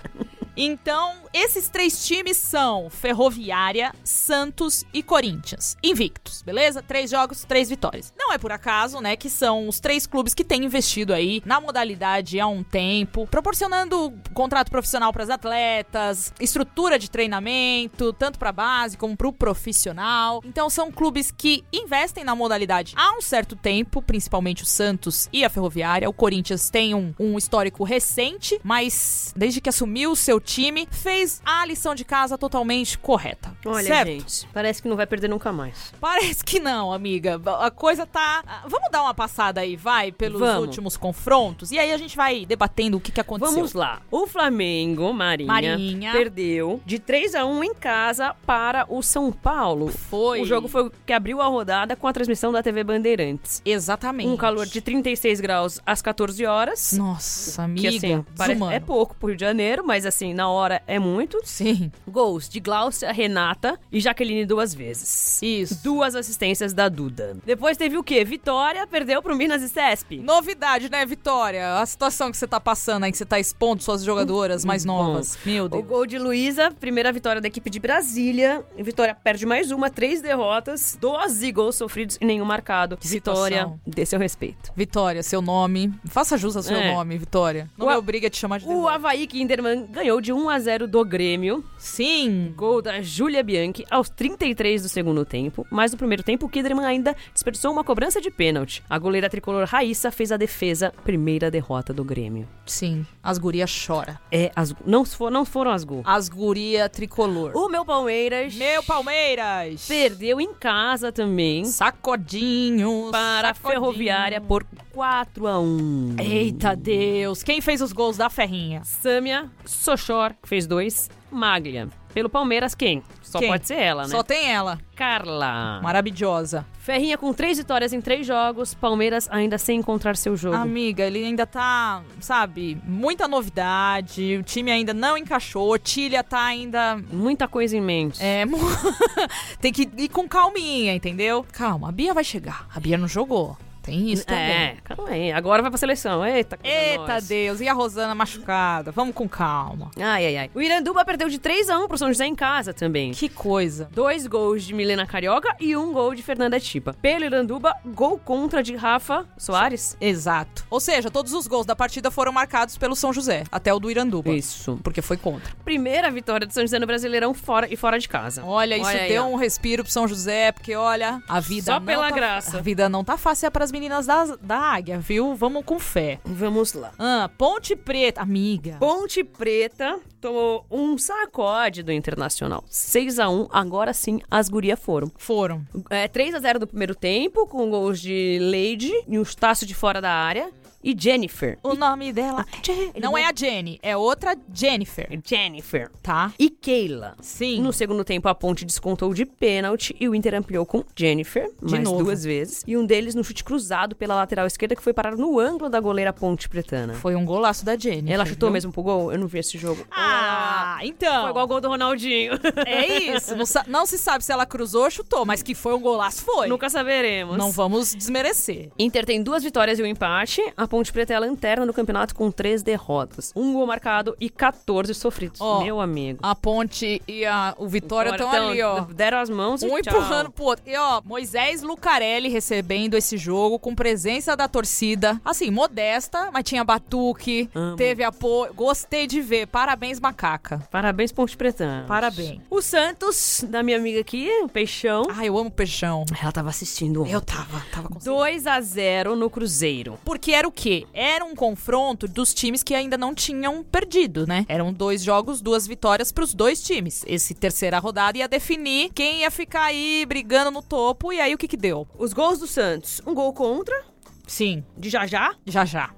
Speaker 3: é.
Speaker 2: Então, Esses três times são Ferroviária, Santos e Corinthians. Invictos, beleza? Três jogos, três vitórias. Não é por acaso, né, que são os três clubes que têm investido aí na modalidade há um tempo, proporcionando contrato profissional para as atletas, estrutura de treinamento, tanto para base como para o profissional. Então são clubes que investem na modalidade há um certo tempo, principalmente o Santos e a Ferroviária. O Corinthians tem um, um histórico recente, mas desde que assumiu o seu time, fez a lição de casa totalmente correta.
Speaker 3: Olha,
Speaker 2: certo?
Speaker 3: gente, parece que não vai perder nunca mais.
Speaker 2: Parece que não, amiga. A coisa tá. ah, Vamos dar uma passada aí, vai, pelos
Speaker 3: Vamos.
Speaker 2: últimos confrontos. E aí a gente vai debatendo o que, que aconteceu.
Speaker 3: Vamos lá. O Flamengo, Marinha,
Speaker 2: Marinha.
Speaker 3: perdeu de 3 a 1 em casa para o São Paulo.
Speaker 2: Foi.
Speaker 3: O jogo foi o que abriu a rodada com a transmissão da TV Bandeirantes.
Speaker 2: Exatamente.
Speaker 3: Um calor de 36 graus às 14 horas.
Speaker 2: Nossa, amiga.
Speaker 3: Que assim, parece,
Speaker 2: desumano.
Speaker 3: é pouco pro Rio de Janeiro, mas assim, na hora é muito.
Speaker 2: Sim.
Speaker 3: Gols de Glaucia, Renata e Jaqueline duas vezes.
Speaker 2: Isso.
Speaker 3: Duas assistências da Duda. Depois teve o quê? Vitória perdeu pro Minas e Cesp.
Speaker 2: Novidade, né, Vitória? A situação que você tá passando aí, que você tá expondo suas jogadoras mais novas. Meu
Speaker 3: Uhum. O
Speaker 2: Deus.
Speaker 3: gol de Luísa, primeira vitória da equipe de Brasília. E Vitória perde mais uma, três derrotas, 12 gols sofridos e nenhum marcado.
Speaker 2: Que
Speaker 3: Vitória,
Speaker 2: situação.
Speaker 3: dê seu respeito.
Speaker 2: Vitória, seu nome. Faça jus ao seu
Speaker 3: É.
Speaker 2: nome, Vitória. Não
Speaker 3: O
Speaker 2: me
Speaker 3: a-
Speaker 2: obriga a te chamar de
Speaker 3: O
Speaker 2: demônio.
Speaker 3: Havaí Kinderman ganhou de 1 a 0 do Grêmio.
Speaker 2: Sim.
Speaker 3: Gol da Júlia Bianchi aos 33 do segundo tempo. Mas no primeiro tempo, o Kinderman ainda desperdiçou uma cobrança de pênalti. A goleira tricolor Raíssa fez a defesa, primeira derrota do Grêmio.
Speaker 2: Sim. As gurias chora.
Speaker 3: É, as, não, for- não foram as gols.
Speaker 2: As guria tricolor.
Speaker 3: O meu Palmeiras
Speaker 2: Meu Palmeiras.
Speaker 3: perdeu em casa também.
Speaker 2: Sacodinho.
Speaker 3: para a
Speaker 2: sacodinho. É.
Speaker 3: Ferroviária por 4 a 1
Speaker 2: Eita Deus. Quem fez os gols da Ferrinha?
Speaker 3: Sâmia, Sochor, que fez dois. Maglia. Pelo Palmeiras, quem? Só
Speaker 2: Quem?
Speaker 3: pode ser ela, né?
Speaker 2: Só tem ela.
Speaker 3: Carla.
Speaker 2: Maravilhosa.
Speaker 3: Ferrinha com três vitórias em três jogos. Palmeiras ainda sem encontrar seu jogo.
Speaker 2: Amiga, ele ainda tá, sabe, muita novidade. O time ainda não encaixou. O Tília tá ainda.
Speaker 3: Muita coisa em mente.
Speaker 2: É, mu- tem que ir com calminha, entendeu? Calma, a Bia vai chegar. A Bia não jogou. Tem isso também.
Speaker 3: É, calma aí. Agora vai pra seleção. Eita, coisa
Speaker 2: Eita
Speaker 3: nós.
Speaker 2: Deus, e a Rosana machucada? Vamos com calma.
Speaker 3: Ai, ai, ai. O Iranduba perdeu de 3 a 1 pro São José em casa também.
Speaker 2: Que coisa.
Speaker 3: Dois gols de Milena Carioca e um gol de Fernanda Tipa. Pelo Iranduba, gol contra de Rafa Soares.
Speaker 2: Exato. Ou seja, todos os gols da partida foram marcados pelo São José, até o do Iranduba.
Speaker 3: Isso.
Speaker 2: Porque foi contra.
Speaker 3: primeira vitória do São José no Brasileirão fora e fora de casa.
Speaker 2: Olha, isso
Speaker 3: aí,
Speaker 2: deu
Speaker 3: ó.
Speaker 2: um respiro pro São José, porque olha, a vida
Speaker 3: Só
Speaker 2: não
Speaker 3: pela
Speaker 2: tá-
Speaker 3: graça.
Speaker 2: A vida não tá fácil é para as meninas da, da Águia, viu? Vamos com fé.
Speaker 3: Vamos lá.
Speaker 2: Ah, Ponte Preta, amiga.
Speaker 3: Ponte Preta tomou um sacode do Internacional. 6 a 1 agora sim as gurias foram.
Speaker 2: Foram.
Speaker 3: É, 3 a 0 do primeiro tempo, com gols de Lady e um taços de fora da área. E Jennifer.
Speaker 2: O nome dela
Speaker 3: Je-
Speaker 2: não é a Jenny, é outra Jennifer,
Speaker 3: Jennifer.
Speaker 2: tá?
Speaker 3: E Keila.
Speaker 2: Sim.
Speaker 3: No segundo tempo, a Ponte descontou de pênalti e o Inter ampliou com Jennifer, mais
Speaker 2: novo.
Speaker 3: duas vezes. E um deles no chute cruzado pela lateral esquerda, que foi parar no ângulo da goleira Ponte Pretana.
Speaker 2: Foi um golaço da Jenny.
Speaker 3: Ela chutou mesmo pro gol? Eu não vi esse jogo.
Speaker 2: Ah, então.
Speaker 3: Foi igual o gol do Ronaldinho.
Speaker 2: É isso. Não, sa- não se sabe se ela cruzou ou chutou, mas que foi um golaço, foi.
Speaker 3: Nunca saberemos.
Speaker 2: Não vamos desmerecer.
Speaker 3: Inter tem duas vitórias e um empate. A Ponte Preta é a lanterna do campeonato com três derrotas. Um gol marcado e 14 sofridos.
Speaker 2: Ó,
Speaker 3: Meu amigo.
Speaker 2: A Ponte e a, o Vitória estão
Speaker 3: Então,
Speaker 2: ali, ó.
Speaker 3: Deram as mãos e
Speaker 2: Um
Speaker 3: tchau.
Speaker 2: empurrando pro outro. E ó, Moisés Lucarelli recebendo esse jogo com presença da torcida. Assim, modesta, mas tinha batuque,
Speaker 3: Amo.
Speaker 2: teve apoio. Gostei de ver. Parabéns, macaca.
Speaker 3: Parabéns, Ponte Preta.
Speaker 2: Parabéns.
Speaker 3: O Santos, da minha amiga aqui, o Peixão.
Speaker 2: Ai, eu amo peixão.
Speaker 3: Ela tava assistindo ontem.
Speaker 2: Eu tava, tava com
Speaker 3: 2 a 0 no Cruzeiro.
Speaker 2: Porque era o quê? Era um confronto dos times que ainda não tinham perdido, né? Eram dois jogos, duas vitórias pros dois times. Esse terceira rodada ia definir quem ia ficar aí brigando no topo. E aí o que que deu?
Speaker 3: Os gols do Santos, um gol contra,
Speaker 2: Sim,
Speaker 3: de Jajá,
Speaker 2: já já.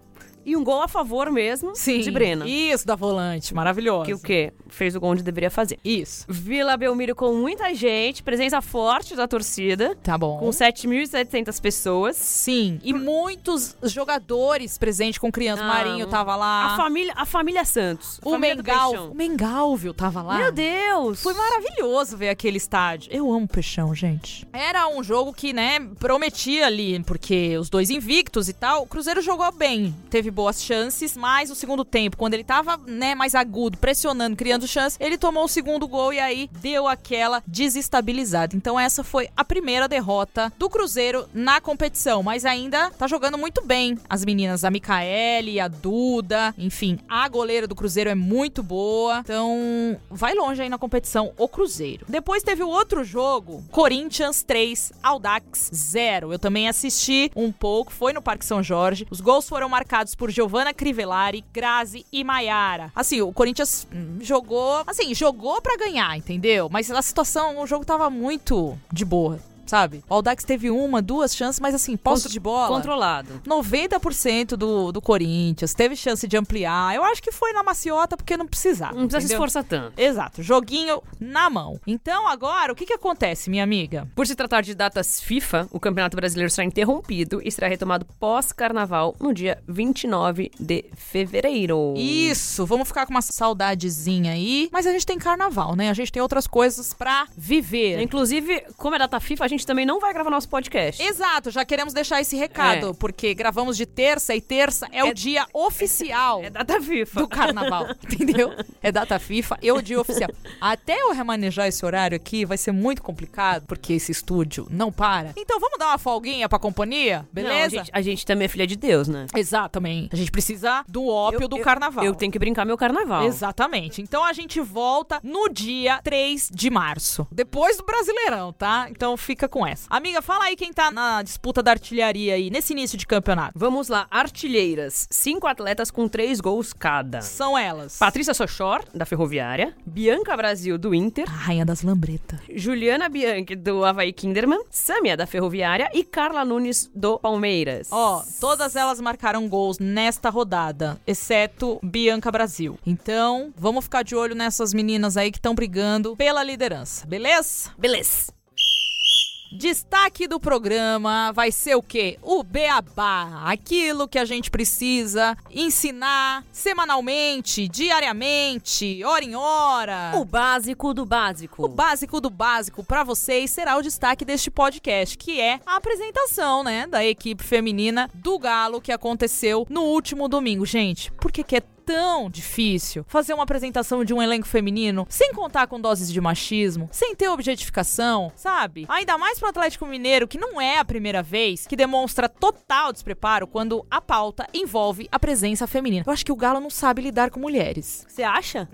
Speaker 3: e um gol a favor mesmo,
Speaker 2: Sim.
Speaker 3: de Brena.
Speaker 2: Isso da volante, maravilhosa.
Speaker 3: Que o quê? Fez o gol onde deveria fazer.
Speaker 2: Isso.
Speaker 3: Vila Belmiro com muita gente, presença forte da torcida,
Speaker 2: Tá bom.
Speaker 3: com 7.700 pessoas.
Speaker 2: Sim, e muitos jogadores presentes com criança.
Speaker 3: Ah,
Speaker 2: Marinho tava lá.
Speaker 3: A família, a família Santos. a
Speaker 2: o
Speaker 3: família do
Speaker 2: Mengal.
Speaker 3: Peixão.
Speaker 2: O Mengal, viu, tava lá.
Speaker 3: Meu Deus!
Speaker 2: Foi maravilhoso ver aquele estádio. Eu amo Peixão, gente. Era um jogo que, né, prometia ali, porque os dois invictos e tal, o Cruzeiro jogou bem. Teve boas chances, mas no segundo tempo, quando ele tava, né, mais agudo, pressionando, criando chance, ele tomou o segundo gol e aí deu aquela desestabilizada. Então essa foi a primeira derrota do Cruzeiro na competição, mas ainda tá jogando muito bem. As meninas, a Micaele, a Duda, enfim, a goleira do Cruzeiro é muito boa. Então, vai longe aí na competição o Cruzeiro. Depois teve o outro jogo, Corinthians 3, Audax 0. Eu também assisti um pouco, foi no Parque São Jorge. Os gols foram marcados por Giovanna Crivellari, Grazi e Maiara. Assim, o Corinthians hum, jogou, assim, jogou para ganhar, entendeu? Mas a situação, o jogo tava muito de boa. Sabe? O Audax teve uma, duas chances, mas assim, posse
Speaker 3: Contro-
Speaker 2: de bola.
Speaker 3: Controlado.
Speaker 2: 90% do, do Corinthians teve chance de ampliar. Eu acho que foi na maciota porque não precisava.
Speaker 3: Não precisa
Speaker 2: Ah, entendeu?
Speaker 3: se esforçar tanto.
Speaker 2: Exato, joguinho na mão. Então agora, o que que acontece, minha amiga?
Speaker 3: Por se tratar de datas FIFA, o Campeonato Brasileiro será interrompido e será retomado pós-carnaval no dia 29 de fevereiro.
Speaker 2: Isso, vamos ficar com uma saudadezinha aí. Mas a gente tem carnaval, né? A gente tem outras coisas pra viver.
Speaker 3: Inclusive, como é data FIFA, a gente também não vai gravar nosso podcast.
Speaker 2: Exato, já queremos deixar esse recado,
Speaker 3: É.
Speaker 2: porque gravamos de terça e terça é, o dia oficial.
Speaker 3: É data FIFA.
Speaker 2: do carnaval, entendeu? É data FIFA, eu dia oficial. Até eu remanejar esse horário aqui vai ser muito complicado, porque esse estúdio não para. Então vamos dar uma folguinha pra companhia,
Speaker 3: Não,
Speaker 2: beleza?
Speaker 3: a, gente, a gente também é filha de Deus, né?
Speaker 2: Exatamente. A gente precisa do ópio
Speaker 3: Eu-
Speaker 2: do
Speaker 3: eu-
Speaker 2: carnaval.
Speaker 3: Eu tenho que brincar meu carnaval.
Speaker 2: Exatamente. Então a gente volta no dia 3 de março. Depois do Brasileirão, tá? Então fica com essa. Amiga, fala aí quem tá na disputa da artilharia aí, nesse início de campeonato.
Speaker 3: Vamos lá, artilheiras. Cinco atletas com três gols cada.
Speaker 2: São elas.
Speaker 3: Patrícia Sochor, da Ferroviária. Bianca Brasil, do Inter.
Speaker 2: A rainha das lambretas.
Speaker 3: Juliana Bianchi, do Havaí Kinderman. Samia, da Ferroviária. E Carla Nunes, do Palmeiras.
Speaker 2: Ó, todas elas marcaram gols nesta rodada, exceto Bianca Brasil. Então, vamos ficar de olho nessas meninas aí que estão brigando pela liderança, beleza?
Speaker 3: beleza.
Speaker 2: Destaque do programa vai ser o quê? O beabá, aquilo que a gente precisa ensinar semanalmente, diariamente, hora em hora.
Speaker 3: O básico do básico.
Speaker 2: O básico do básico pra vocês será o destaque deste podcast, que é a apresentação, né, da equipe feminina do Galo que aconteceu no último domingo. Gente, por que que é tão difícil fazer uma apresentação de um elenco feminino sem contar com doses de machismo, sem ter objetificação, sabe? Ainda mais pro Atlético Mineiro, que não é a primeira vez que demonstra total despreparo quando a pauta envolve a presença feminina. Eu acho que o Galo não sabe lidar com mulheres.
Speaker 3: Você acha?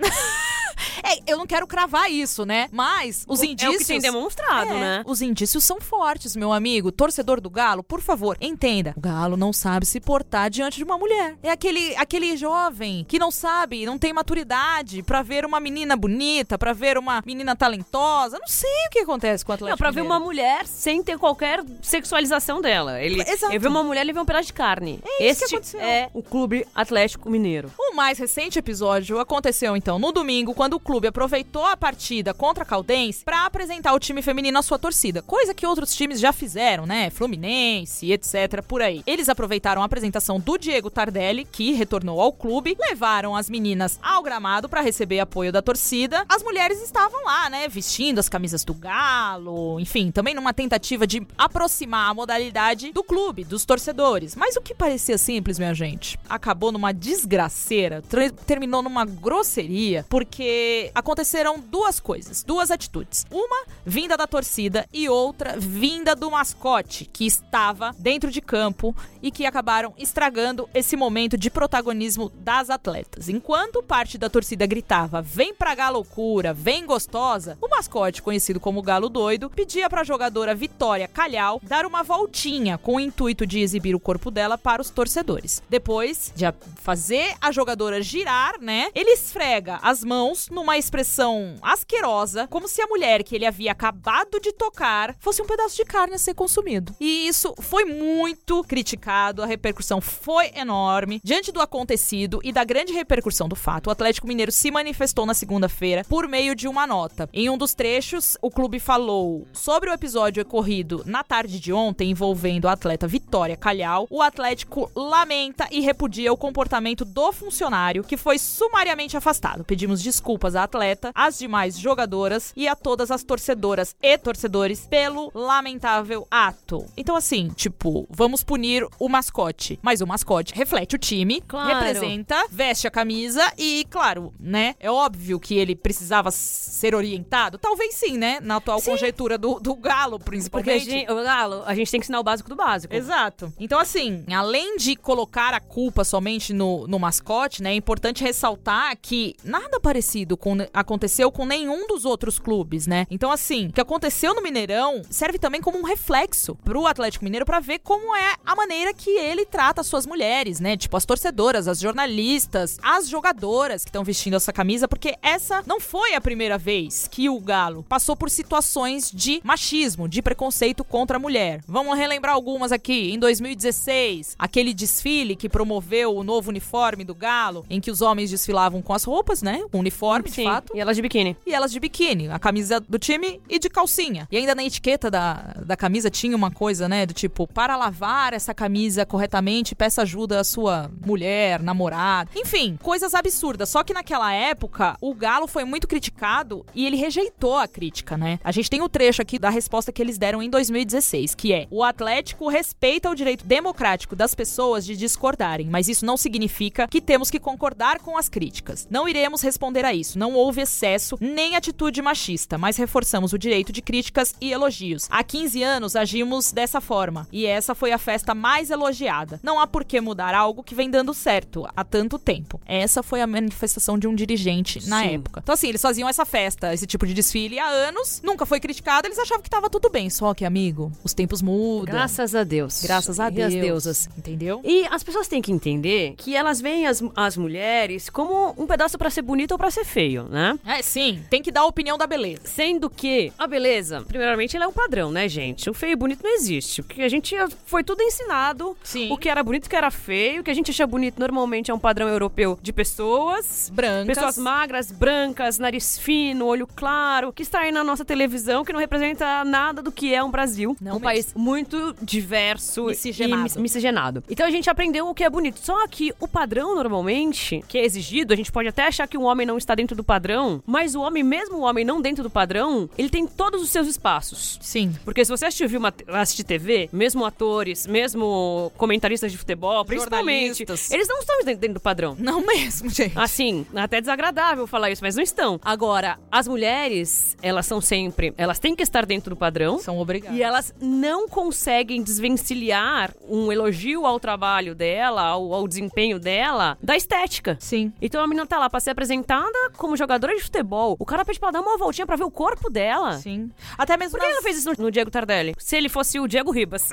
Speaker 2: É, eu não quero cravar isso, né? Mas os indícios.
Speaker 3: É o que tem demonstrado,
Speaker 2: É,
Speaker 3: né?
Speaker 2: Os indícios são fortes, meu amigo. Torcedor do Galo, por favor, entenda. O Galo não sabe se portar diante de uma mulher. É aquele, aquele jovem que não sabe, não tem maturidade pra ver uma menina bonita, pra ver uma menina talentosa. Não sei o que acontece com o Atlético.
Speaker 3: Não, pra ver uma
Speaker 2: Mineiro.
Speaker 3: mulher sem ter qualquer sexualização dela. Ele,
Speaker 2: Exato.
Speaker 3: ele vê uma mulher, ele vê um pedaço de carne.
Speaker 2: isso
Speaker 3: Esse
Speaker 2: que aconteceu.
Speaker 3: é o Clube Atlético Mineiro.
Speaker 2: O mais recente episódio aconteceu então no domingo, quando o clube aproveitou a partida contra a Caldense pra apresentar o time feminino à sua torcida, coisa que outros times já fizeram, né? Fluminense, etc, por aí. Eles aproveitaram a apresentação do Diego Tardelli, que retornou ao clube, levaram as meninas ao gramado pra receber apoio da torcida. As mulheres estavam lá, né, vestindo as camisas do Galo, enfim, também numa tentativa de aproximar a modalidade do clube, dos torcedores. Mas o que parecia simples, minha gente, acabou numa desgraceira, tra- terminou numa grosseria, porque aconteceram duas coisas, duas atitudes. Uma vinda da torcida e outra vinda do mascote, que estava dentro de campo e que acabaram estragando esse momento de protagonismo das atletas. Enquanto parte da torcida gritava: "Vem pra Galo loucura, vem gostosa", o mascote conhecido como Galo Doido pedia pra jogadora Vitória Calhau dar uma voltinha com o intuito de exibir o corpo dela para os torcedores. Depois de a- fazer a jogadora girar, né? Ele esfrega as mãos numa expressão asquerosa, como se a mulher que ele havia acabado de tocar fosse um pedaço de carne a ser consumido. E isso foi muito criticado, a repercussão foi enorme. Diante do acontecido e da grande repercussão do fato, o Atlético Mineiro se manifestou na segunda-feira por meio de uma nota. Em um dos trechos, o clube falou sobre o episódio ocorrido na tarde de ontem envolvendo a atleta Vitória Calhau. O Atlético lamenta e repudia o comportamento do funcionário que foi sumariamente afastado. Pedimos desculpas à da atleta, as demais jogadoras e a todas as torcedoras e torcedores pelo lamentável ato. Então, assim, tipo, vamos punir o mascote. Mas o mascote reflete o time,
Speaker 3: Claro.
Speaker 2: representa, veste a camisa e, claro, né? É óbvio que ele precisava ser orientado. Talvez sim, né? Na atual conjeitura do, do Galo, principalmente.
Speaker 3: Porque a gente, o Galo, a gente tem que ensinar o básico do básico.
Speaker 2: Exato. Então, assim, além de colocar a culpa somente no, no mascote, né, é importante ressaltar que nada parecido com, aconteceu com nenhum dos outros clubes, né? Então, assim, o que aconteceu no Mineirão serve também como um reflexo pro Atlético Mineiro pra ver como é a maneira que ele trata as suas mulheres, né? Tipo, as torcedoras, as jornalistas, as jogadoras que estão vestindo essa camisa, porque essa não foi a primeira vez que o Galo passou por situações de machismo, de preconceito contra a mulher. Vamos relembrar algumas aqui. Em 2016, aquele desfile que promoveu o novo uniforme do Galo, em que os homens desfilavam com as roupas, né? Com uniforme, de
Speaker 3: Sim.
Speaker 2: fato
Speaker 3: E elas de biquíni.
Speaker 2: e elas de biquíni, a camisa do time e de calcinha. E ainda na etiqueta da, da camisa tinha uma coisa, né, do tipo, para lavar essa camisa corretamente, peça ajuda à sua mulher, namorada. Enfim, coisas absurdas. Só que naquela época, o Galo foi muito criticado e ele rejeitou a crítica, né? A gente tem o trecho aqui da resposta que eles deram em 2016, que é: "O Atlético respeita o direito democrático das pessoas de discordarem, mas isso não significa que temos que concordar com as críticas. Não iremos responder a isso. Não houve excesso nem atitude machista, mas reforçamos o direito de críticas e elogios. Há 15 anos agimos dessa forma e essa foi a festa mais elogiada. Não há por que mudar algo que vem dando certo há tanto tempo. Essa foi a manifestação de um dirigente na
Speaker 3: Sim.
Speaker 2: época. Então assim, eles faziam essa festa, esse tipo de desfile há anos, nunca foi criticado, eles achavam que tava tudo bem. Só que, amigo, os tempos mudam.
Speaker 3: Graças a Deus.
Speaker 2: Graças a Deus. assim,
Speaker 3: E as deusas.
Speaker 2: Entendeu?
Speaker 3: E as pessoas têm que entender que elas veem as, as mulheres como um pedaço pra ser bonito ou pra ser feio, né?
Speaker 2: É, sim. Tem que dar a opinião da beleza.
Speaker 3: Sendo que a beleza, primeiramente, ela é um padrão, né, gente? O feio e bonito não existe. Porque a gente ah, foi tudo ensinado.
Speaker 2: Sim.
Speaker 3: O que era bonito, o que era feio. O que a gente acha bonito normalmente é um padrão europeu de pessoas.
Speaker 2: Brancas.
Speaker 3: Pessoas magras, brancas, nariz fino, olho claro, que está aí na nossa televisão, que não representa nada do que é um Brasil.
Speaker 2: Não
Speaker 3: um
Speaker 2: mesmo.
Speaker 3: país muito diverso
Speaker 2: Miscigenado.
Speaker 3: e mis- miscigenado. Então a gente aprendeu o que é bonito. Só que o padrão, normalmente, que é exigido, a gente pode até achar que um homem não está dentro do padrão, mas o homem, mesmo o homem não dentro do padrão, ele tem todos os seus espaços.
Speaker 2: Sim.
Speaker 3: Porque se você assistir, uma, assistir TV, mesmo atores, mesmo comentaristas de futebol, principalmente,
Speaker 2: Jornalistas.
Speaker 3: eles não estão dentro dentro do padrão.
Speaker 2: Não mesmo, gente.
Speaker 3: Assim, até desagradável falar isso, mas não estão. Agora, as mulheres, elas são sempre. Elas têm que estar dentro do padrão.
Speaker 2: São obrigadas.
Speaker 3: E elas não conseguem desvencilhar um elogio ao trabalho dela, ao, ao desempenho dela, da estética.
Speaker 2: Sim.
Speaker 3: Então a menina tá lá pra ser apresentada como jogadora de futebol. O cara pede pra ela dar uma voltinha pra ver o corpo dela.
Speaker 2: Sim. Até mesmo
Speaker 3: Por que
Speaker 2: nas-
Speaker 3: ela fez isso no- no Diego Tardelli? Se ele fosse o Diego Ribas.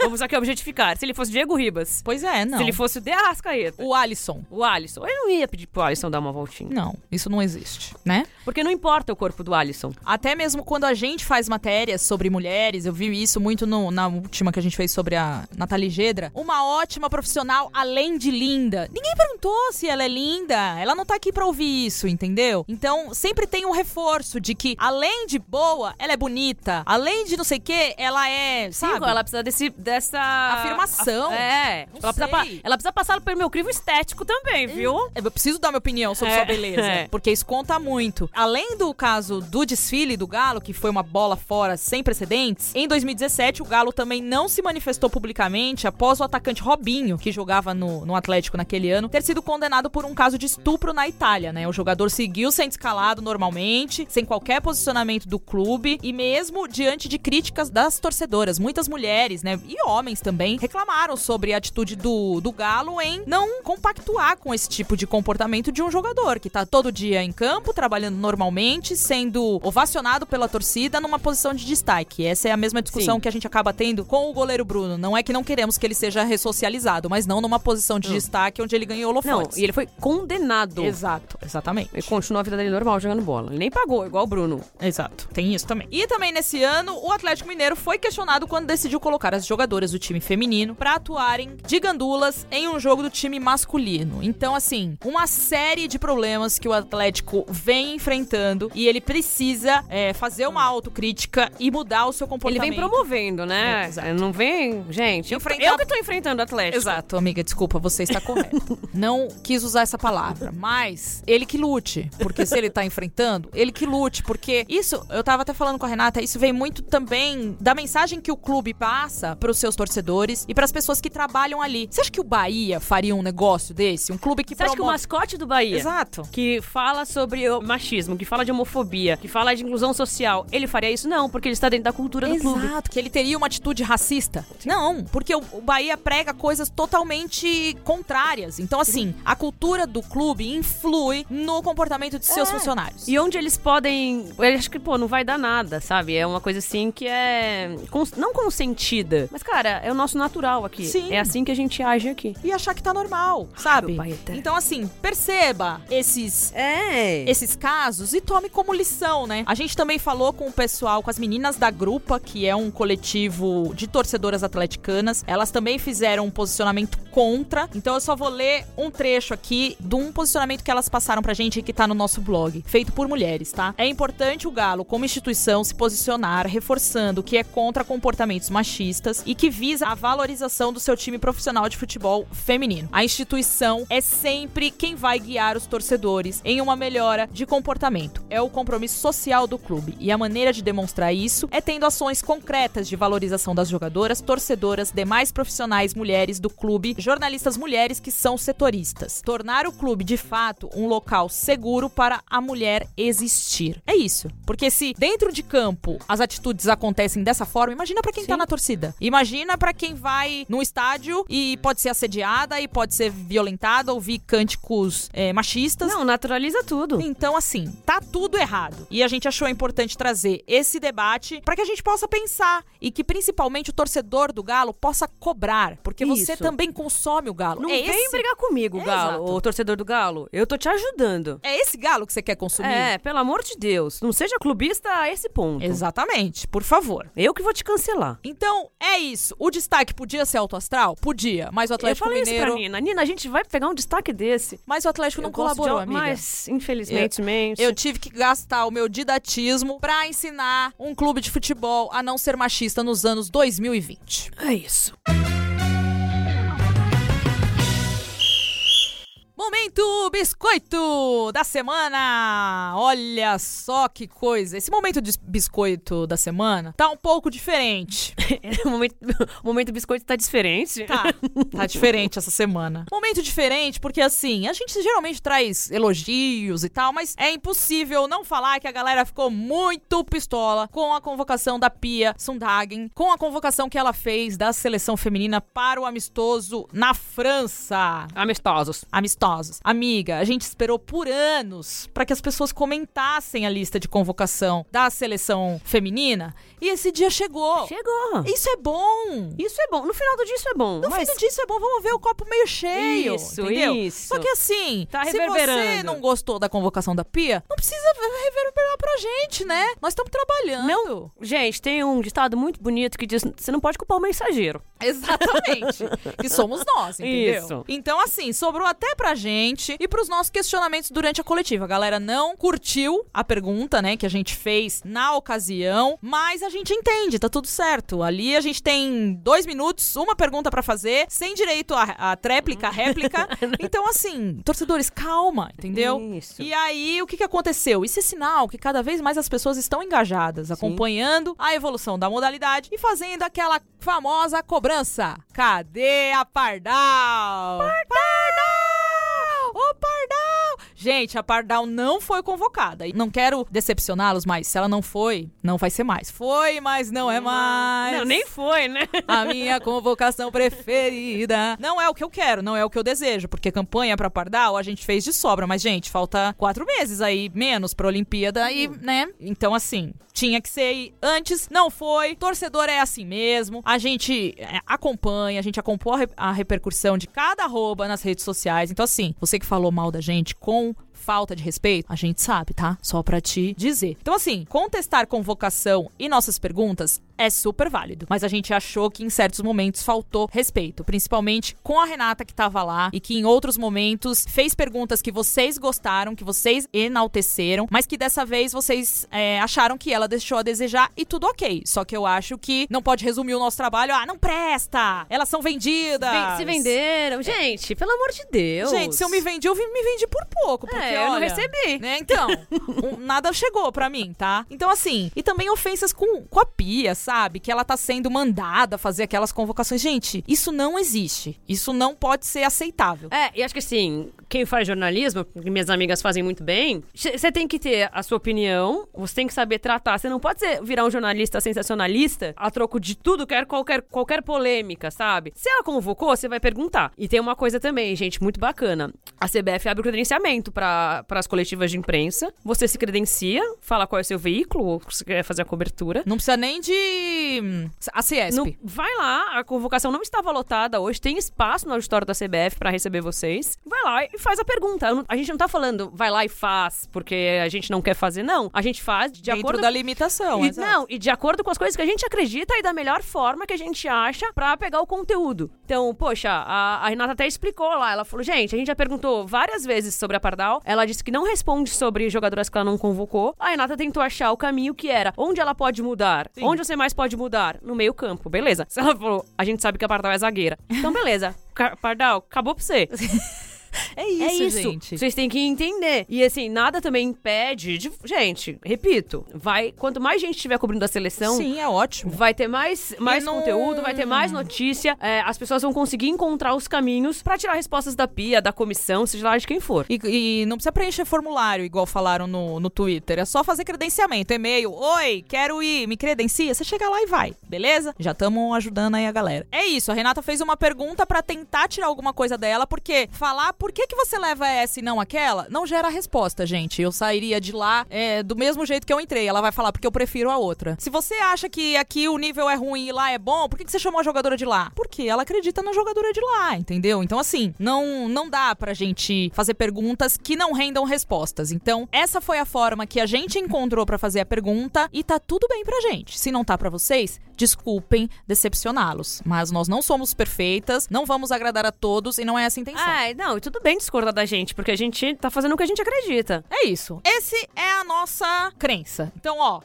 Speaker 3: Vamos aqui objetificar. Se ele fosse o Diego Ribas.
Speaker 2: Pois é, não.
Speaker 3: Se ele fosse o De Arrascaeta.
Speaker 2: O Alisson.
Speaker 3: O Alisson. Ele não ia pedir pro Alisson dar uma voltinha.
Speaker 2: Não, isso não existe, né?
Speaker 3: Porque não importa o corpo do Alisson.
Speaker 2: Até mesmo quando a gente faz matérias sobre mulheres, eu vi isso muito no- na última que a gente fez sobre a Nathalie Gedra. Uma ótima profissional, além de linda. Ninguém perguntou se ela é linda. Ela não tá aqui pra ouvir isso, entendeu? Então, sempre tem um reforço de que, além de boa, ela é bonita. Além de não sei o quê, ela é, sabe?
Speaker 3: Sim, ela precisa desse, dessa...
Speaker 2: Afirmação.
Speaker 3: É.
Speaker 2: Não
Speaker 3: Ela precisa, pa-
Speaker 2: sei. Hum.
Speaker 3: ela precisa passar pelo meu crivo estético também, viu?
Speaker 2: Eu preciso dar minha opinião sobre
Speaker 3: É,
Speaker 2: sua beleza,
Speaker 3: é.
Speaker 2: porque isso conta muito. Além do caso do desfile do Galo, que foi uma bola fora sem precedentes, em 2017 o Galo também não se manifestou publicamente após o atacante Robinho, que jogava no, no Atlético naquele ano, ter sido condenado por um caso de estupro na Itália, né? O jogador seguiu sendo escalado normalmente, sem qualquer posicionamento do clube e mesmo diante de críticas das torcedoras. Muitas mulheres, né, e homens também, reclamaram sobre a atitude do, do Galo em não compactuar com esse tipo de comportamento de um jogador que tá todo dia em campo, trabalhando normalmente, sendo ovacionado pela torcida numa posição de destaque. Essa é a mesma discussão
Speaker 3: Sim.
Speaker 2: que a gente acaba tendo com o goleiro Bruno. Não é que não queremos que ele seja ressocializado, mas não numa posição de destaque onde ele ganhou
Speaker 3: Não,
Speaker 2: holofotes.
Speaker 3: e ele foi condenado.
Speaker 2: Exato, exatamente.
Speaker 3: Ele continua a vida dele normal jogando bola. Ele nem pagou, igual o Bruno.
Speaker 2: Exato, tem isso também. E também nesse ano, o Atlético Mineiro foi questionado quando decidiu colocar as jogadoras do time feminino pra atuarem de gandulas em um jogo do time masculino. Então, assim, uma série de problemas que o Atlético vem enfrentando e ele precisa é, fazer uma autocrítica e mudar o seu
Speaker 3: Ele
Speaker 2: comportamento.
Speaker 3: vem promovendo, né?
Speaker 2: É, exato.
Speaker 3: Não vem, gente. Eu,
Speaker 2: Enfrentar-
Speaker 3: eu que tô enfrentando o Atlético.
Speaker 2: Exato, amiga, desculpa, você está correta. Não quis usar essa palavra, mas ele que lute, Porque se ele tá enfrentando, ele que lute. Porque isso, eu tava até falando com a Renata, isso vem muito também da mensagem que o clube passa pros seus torcedores e pras pessoas que trabalham ali. Você acha que o Bahia faria um negócio desse? Um clube que
Speaker 3: Você acha que o
Speaker 2: promove-
Speaker 3: mascote do Bahia,
Speaker 2: Exato.
Speaker 3: que fala sobre o machismo, que fala de homofobia, que fala de inclusão social, ele faria isso? Não, porque ele está dentro da cultura
Speaker 2: Tá
Speaker 3: do clube.
Speaker 2: Exato, que ele teria uma atitude racista. Não, porque o o Bahia prega coisas totalmente contrárias. Então, assim, a cultura do clube influi no comportamento de seus funcionários.
Speaker 3: E onde eles podem. Eu acho que, pô, não vai dar nada, sabe? É uma coisa assim que é. cons- Não consentida. Mas, cara, é o nosso natural aqui.
Speaker 2: Sim.
Speaker 3: É assim que a gente age aqui.
Speaker 2: e achar que tá normal, sabe?
Speaker 3: meu pai eterno.
Speaker 2: Então, assim, perceba esses.
Speaker 3: É.
Speaker 2: Esses casos e tome como lição, né? A gente também falou com o pessoal, com as meninas da Grupa, que é um coletivo de torcedoras atleticanas. Elas também fizeram um posicionamento contra. Então eu só vou ler um trecho aqui de um posicionamento que elas passaram pra gente e que tá no nosso blog, feito por mulheres, tá? É importante o Galo, como instituição, se posicionar, reforçando que é contra comportamentos machistas e que visa a valorização do seu time profissional de futebol feminino. A instituição é sempre quem vai guiar os torcedores em uma melhora de comportamento. É o compromisso social do clube e a maneira de demonstrar isso é tendo ações concretas de valorização das jogadoras, torcedoras, demais profissionais mulheres do clube, jornalistas mulheres que são setoristas. Tornar o clube de fato um local seguro para a mulher existir. É isso. Porque se dentro de campo as atitudes acontecem dessa forma, imagina pra quem tá na torcida. Imagina pra quem vai no estádio e pode ser assediada e pode ser violentada, ouvir cânticos eh, machistas.
Speaker 3: Não, naturaliza tudo.
Speaker 2: Então, assim, tá tudo errado. E a gente achou importante trazer esse debate pra que a gente possa pensar e que principalmente o torcedor do Galo possa cobrar, porque você
Speaker 3: Isso.
Speaker 2: também consome o Galo.
Speaker 3: Não
Speaker 2: é
Speaker 3: vem
Speaker 2: esse,
Speaker 3: brigar comigo,
Speaker 2: É,
Speaker 3: Galo,
Speaker 2: exato.
Speaker 3: o torcedor do Galo. Eu tô te ajudando.
Speaker 2: é esse Galo que você quer consumir?
Speaker 3: É, pelo amor de Deus. Não seja clubista a esse ponto.
Speaker 2: Exatamente, por favor.
Speaker 3: Eu que vou te cancelar.
Speaker 2: Então, é isso. O destaque podia ser autoastral? Podia, mas o
Speaker 3: Eu
Speaker 2: Atlético
Speaker 3: falei isso pra
Speaker 2: Mineiro...
Speaker 3: Nina. Nina, a gente vai pegar um destaque desse.
Speaker 2: Mas o Atlético não
Speaker 3: Eu gosto de
Speaker 2: colaborou,
Speaker 3: al-
Speaker 2: amiga.
Speaker 3: Mas, infelizmente, mente.
Speaker 2: Eu tive que gastar o meu didatismo pra ensinar um clube de futebol a não ser machista nos anos 2020.
Speaker 3: É isso.
Speaker 2: Momento biscoito da semana! Olha só que coisa! Esse momento de biscoito da semana tá um pouco diferente.
Speaker 3: o, momento, o momento biscoito tá diferente.
Speaker 2: Tá, tá diferente essa semana. Momento diferente porque, assim, a gente geralmente traz elogios e tal, mas é impossível não falar que a galera ficou muito pistola com a convocação da Pia Sundhagen, com a convocação que ela fez da seleção feminina para o amistoso na França.
Speaker 3: Amistosos.
Speaker 2: amistosos. Amiga, a gente esperou por anos para que as pessoas comentassem a lista de convocação da seleção feminina e esse dia chegou.
Speaker 3: Chegou.
Speaker 2: Isso é bom.
Speaker 3: Isso é bom. No final do dia, isso é bom.
Speaker 2: No
Speaker 3: mas
Speaker 2: fim do dia, isso é bom. Vamos ver o copo meio cheio.
Speaker 3: Isso,
Speaker 2: entendeu?
Speaker 3: isso.
Speaker 2: Só que assim,
Speaker 3: Tá
Speaker 2: se você
Speaker 3: reverberando.
Speaker 2: não gostou da convocação da Pia, não precisa reverberar pra gente, né? Nós estamos trabalhando. Não.
Speaker 3: Gente, tem um ditado muito bonito que diz: você não pode culpar o mensageiro.
Speaker 2: Exatamente. que somos nós, entendeu?
Speaker 3: Isso.
Speaker 2: Então, assim, sobrou até pra gente e pros nossos questionamentos durante a coletiva. A galera não curtiu a pergunta, né, que a gente fez na ocasião, mas a gente entende, tá tudo certo. Ali a gente tem dois minutos, uma pergunta pra fazer, sem direito a, a tréplica, a réplica. então, assim, torcedores, calma, entendeu?
Speaker 3: Isso.
Speaker 2: E aí, o que, que aconteceu? Isso é sinal que cada vez mais as pessoas estão engajadas, acompanhando a evolução da modalidade e fazendo aquela famosa cobrança. Cadê a Pardal? Pardal! Ô, Pardal! Gente, a Pardal não foi convocada. E Não quero decepcioná-los, mas se ela não foi, não vai ser mais. Foi, mas não é mais.
Speaker 3: Não, nem foi, né?
Speaker 2: A minha convocação preferida. Não é o que eu quero, não é o que eu desejo, porque campanha pra Pardal a gente fez de sobra, mas, gente, falta quatro meses aí, menos pra Olimpíada e, né? Então, assim, tinha que ser aí antes, não foi. Torcedor é assim mesmo. A gente é, acompanha, a gente acompanha a re- a repercussão de cada arroba nas redes sociais. Então, assim, você que falou mal da gente com falta de respeito, a gente sabe, tá? Só pra te dizer. Então, assim, contestar convocação e nossas perguntas é super válido. Mas a gente achou que em certos momentos faltou respeito, principalmente com a Renata que tava lá e que em outros momentos fez perguntas que vocês gostaram, que vocês enalteceram, mas que dessa vez vocês é, acharam que ela deixou a desejar e tudo ok. Só que eu acho que não pode resumir o nosso trabalho, ah, não presta! Elas são vendidas!
Speaker 3: Ven- Se venderam. Gente, pelo amor de Deus.
Speaker 2: Gente, se eu me vendi, eu vi- me vendi por pouco. Porque,
Speaker 3: É, eu não
Speaker 2: olha,
Speaker 3: recebi.
Speaker 2: né, Então, um- nada chegou pra mim, tá? Então, assim, e também ofensas com, com a Pia, sabe? Que ela tá sendo mandada fazer aquelas convocações. Gente, isso não existe. Isso não pode ser aceitável.
Speaker 3: É, e acho que assim, quem faz jornalismo, que minhas amigas fazem muito bem, você tem que ter a sua opinião, você tem que saber tratar. Você não pode ser, virar um jornalista sensacionalista a troco de tudo, quer qualquer, qualquer polêmica, sabe? Se ela convocou, você vai perguntar. E tem uma coisa também, gente, muito bacana. A CBF abre o credenciamento para as coletivas de imprensa. Você se credencia, fala qual é o seu veículo, ou se quer fazer a cobertura.
Speaker 2: Não precisa nem de hum, ACESP.
Speaker 3: Não- vai lá, a convocação não estava lotada hoje, tem espaço no auditório da CBF pra receber vocês. Vai lá e faz a pergunta. Eu não- a gente não tá falando, vai lá e faz, porque a gente não quer fazer, não. A gente faz de
Speaker 2: Dentro
Speaker 3: acordo
Speaker 2: da limitação,
Speaker 3: e,
Speaker 2: exato.
Speaker 3: não, e de acordo com as coisas que a gente acredita e da melhor forma que a gente acha pra pegar o conteúdo. Então, poxa, a, a Renata até explicou lá. Ela falou: gente, a gente já perguntou várias vezes sobre a Pardal. Ela disse que não responde sobre jogadoras que ela não convocou. A Renata tentou achar o caminho que era onde ela pode mudar, onde você mais pode mudar. No meio-campo, beleza. Se ela falou, a gente sabe que a Pardal é zagueira. Então, beleza. Ca- Pardal, acabou pra você.
Speaker 2: É
Speaker 3: é isso. Vocês têm que entender. E assim, nada também impede de. Gente, repito, vai. Quanto mais gente estiver cobrindo a seleção.
Speaker 2: Sim, é ótimo.
Speaker 3: Vai ter mais, mais
Speaker 2: não-
Speaker 3: conteúdo, vai ter mais notícia. é, as pessoas vão conseguir encontrar os caminhos pra tirar respostas da pia, da comissão, seja lá de quem for.
Speaker 2: E, e não precisa preencher formulário, igual falaram no, no Twitter. É só fazer credenciamento, e-mail. Oi, quero ir, me credencia. Você chega lá e vai, beleza? Já estamos ajudando aí a galera. É isso, a Renata fez uma pergunta pra tentar tirar alguma coisa dela, porque falar por que, que você leva essa e não aquela não gera resposta, gente. Eu sairia de lá é, do mesmo jeito que eu entrei. Ela vai falar porque eu prefiro a outra. Se você acha que aqui o nível é ruim e lá é bom, por que, que você chamou a jogadora de lá? Porque ela acredita na jogadora de lá, entendeu? Então, assim, não, não dá pra gente fazer perguntas que não rendam respostas. Então, essa foi a forma que a gente encontrou pra fazer a pergunta e tá tudo bem pra gente. Se não tá pra vocês, desculpem decepcioná-los. Mas nós não somos perfeitas, não vamos agradar a todos e não é essa a intenção.
Speaker 3: Ah, não, e tudo bem discordar da gente, porque a gente tá fazendo o que a gente acredita.
Speaker 2: É isso. Esse é a nossa crença. Então, ó,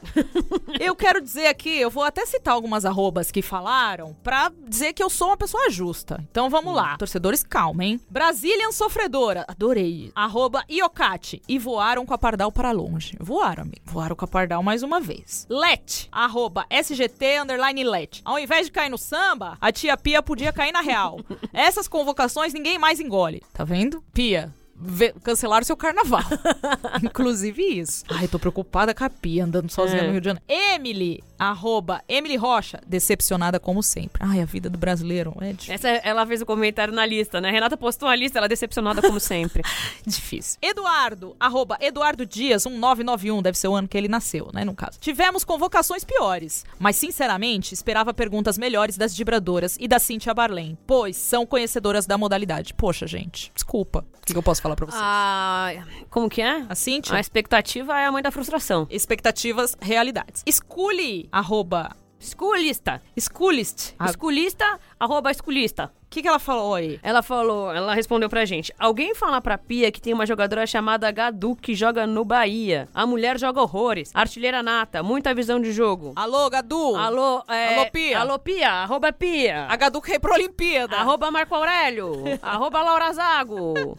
Speaker 2: eu quero dizer aqui, eu vou até citar algumas arrobas que falaram pra dizer que eu sou uma pessoa justa. Então vamos lá. Torcedores, calma, hein? Brazilian Sofredora. Adorei. Arroba Iocate. E voaram com a Pardal para longe. Voaram, amigo. Voaram com a Pardal mais uma vez. Let. Arroba SGT underline Let. Ao invés de cair no samba, a tia Pia podia cair na real. Essas convocações ninguém mais engole. Tá vendo? Pia, ve- cancelar o seu carnaval. Inclusive isso. Ai, tô preocupada com a Pia andando sozinha
Speaker 3: É.
Speaker 2: no Rio de Janeiro. Emily, arroba Emily Rocha, decepcionada como sempre. Ai, a vida do brasileiro é difícil.
Speaker 3: Essa ela fez o comentário na lista, né? A Renata postou a lista, ela é decepcionada como sempre.
Speaker 2: Difícil. Eduardo, arroba Eduardo Dias, 1991, deve ser o ano que ele nasceu, né, no caso. Tivemos convocações piores, mas sinceramente esperava perguntas melhores das vibradoras e da Cintia Barlen, pois são conhecedoras da modalidade. Poxa, gente, desculpa. O que que eu posso falar pra vocês?
Speaker 3: ah, como que é?
Speaker 2: A Cintia?
Speaker 3: A expectativa é a mãe da frustração.
Speaker 2: Expectativas, realidades. Escule, arroba
Speaker 3: Esculista.
Speaker 2: Esculist. O
Speaker 3: Esculista, arroba esculista.
Speaker 2: que, que ela falou aí?
Speaker 3: Ela falou, ela respondeu pra gente. Alguém fala pra Pia que tem uma jogadora chamada Gadu que joga no Bahia. A mulher joga horrores. Artilheira nata, muita visão de jogo.
Speaker 2: Alô, Gadu.
Speaker 3: Alô, é...
Speaker 2: Alô, Pia.
Speaker 3: Alô, Pia. Arroba Pia.
Speaker 2: A Gadu que é pra Olimpíada.
Speaker 3: Arroba Marco Aurélio. arroba Laura Zago.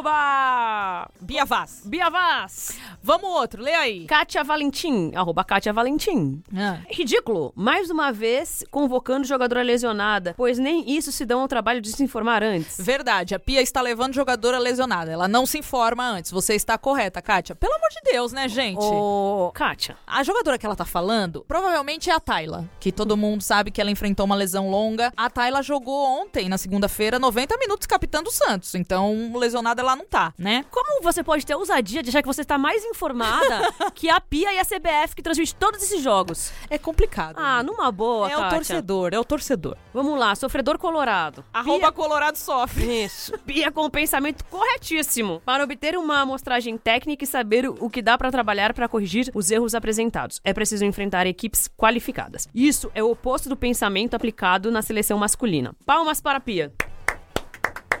Speaker 3: arroba...
Speaker 2: Bia Vaz.
Speaker 3: Bia Vaz.
Speaker 2: Vamos outro, lê aí.
Speaker 3: Kátia Valentim. Arroba Kátia Valentim. Ridículo! Mais uma vez convocando jogadora lesionada, pois nem isso se dão ao trabalho de se informar antes.
Speaker 2: Verdade, a Pia está levando jogadora lesionada. Ela não se informa antes. Você está correta, Kátia. Pelo amor de Deus, né, gente?
Speaker 3: Ô, Kátia.
Speaker 2: A jogadora que ela tá falando provavelmente é a Tayla, que todo mundo sabe que ela enfrentou uma lesão longa. A Tayla jogou ontem, na segunda-feira, 90 minutos capitando o Santos. Então, lesionada ela não tá, né?
Speaker 3: Como você pode ter a ousadia de achar que você está mais informada que a PIA e a CBF que transmite todos esses jogos?
Speaker 2: É complicado.
Speaker 3: Ah, numa boa,
Speaker 2: é
Speaker 3: Kátia.
Speaker 2: o torcedor, é o torcedor.
Speaker 3: Vamos lá, sofredor colorado. Colorado.
Speaker 2: Arroba Colorado sofre.
Speaker 3: Isso. Bia é com o pensamento corretíssimo para obter uma amostragem técnica e saber o que dá para trabalhar para corrigir os erros apresentados. É preciso enfrentar equipes qualificadas. Isso é o oposto do pensamento aplicado na seleção masculina. Palmas para a Pia,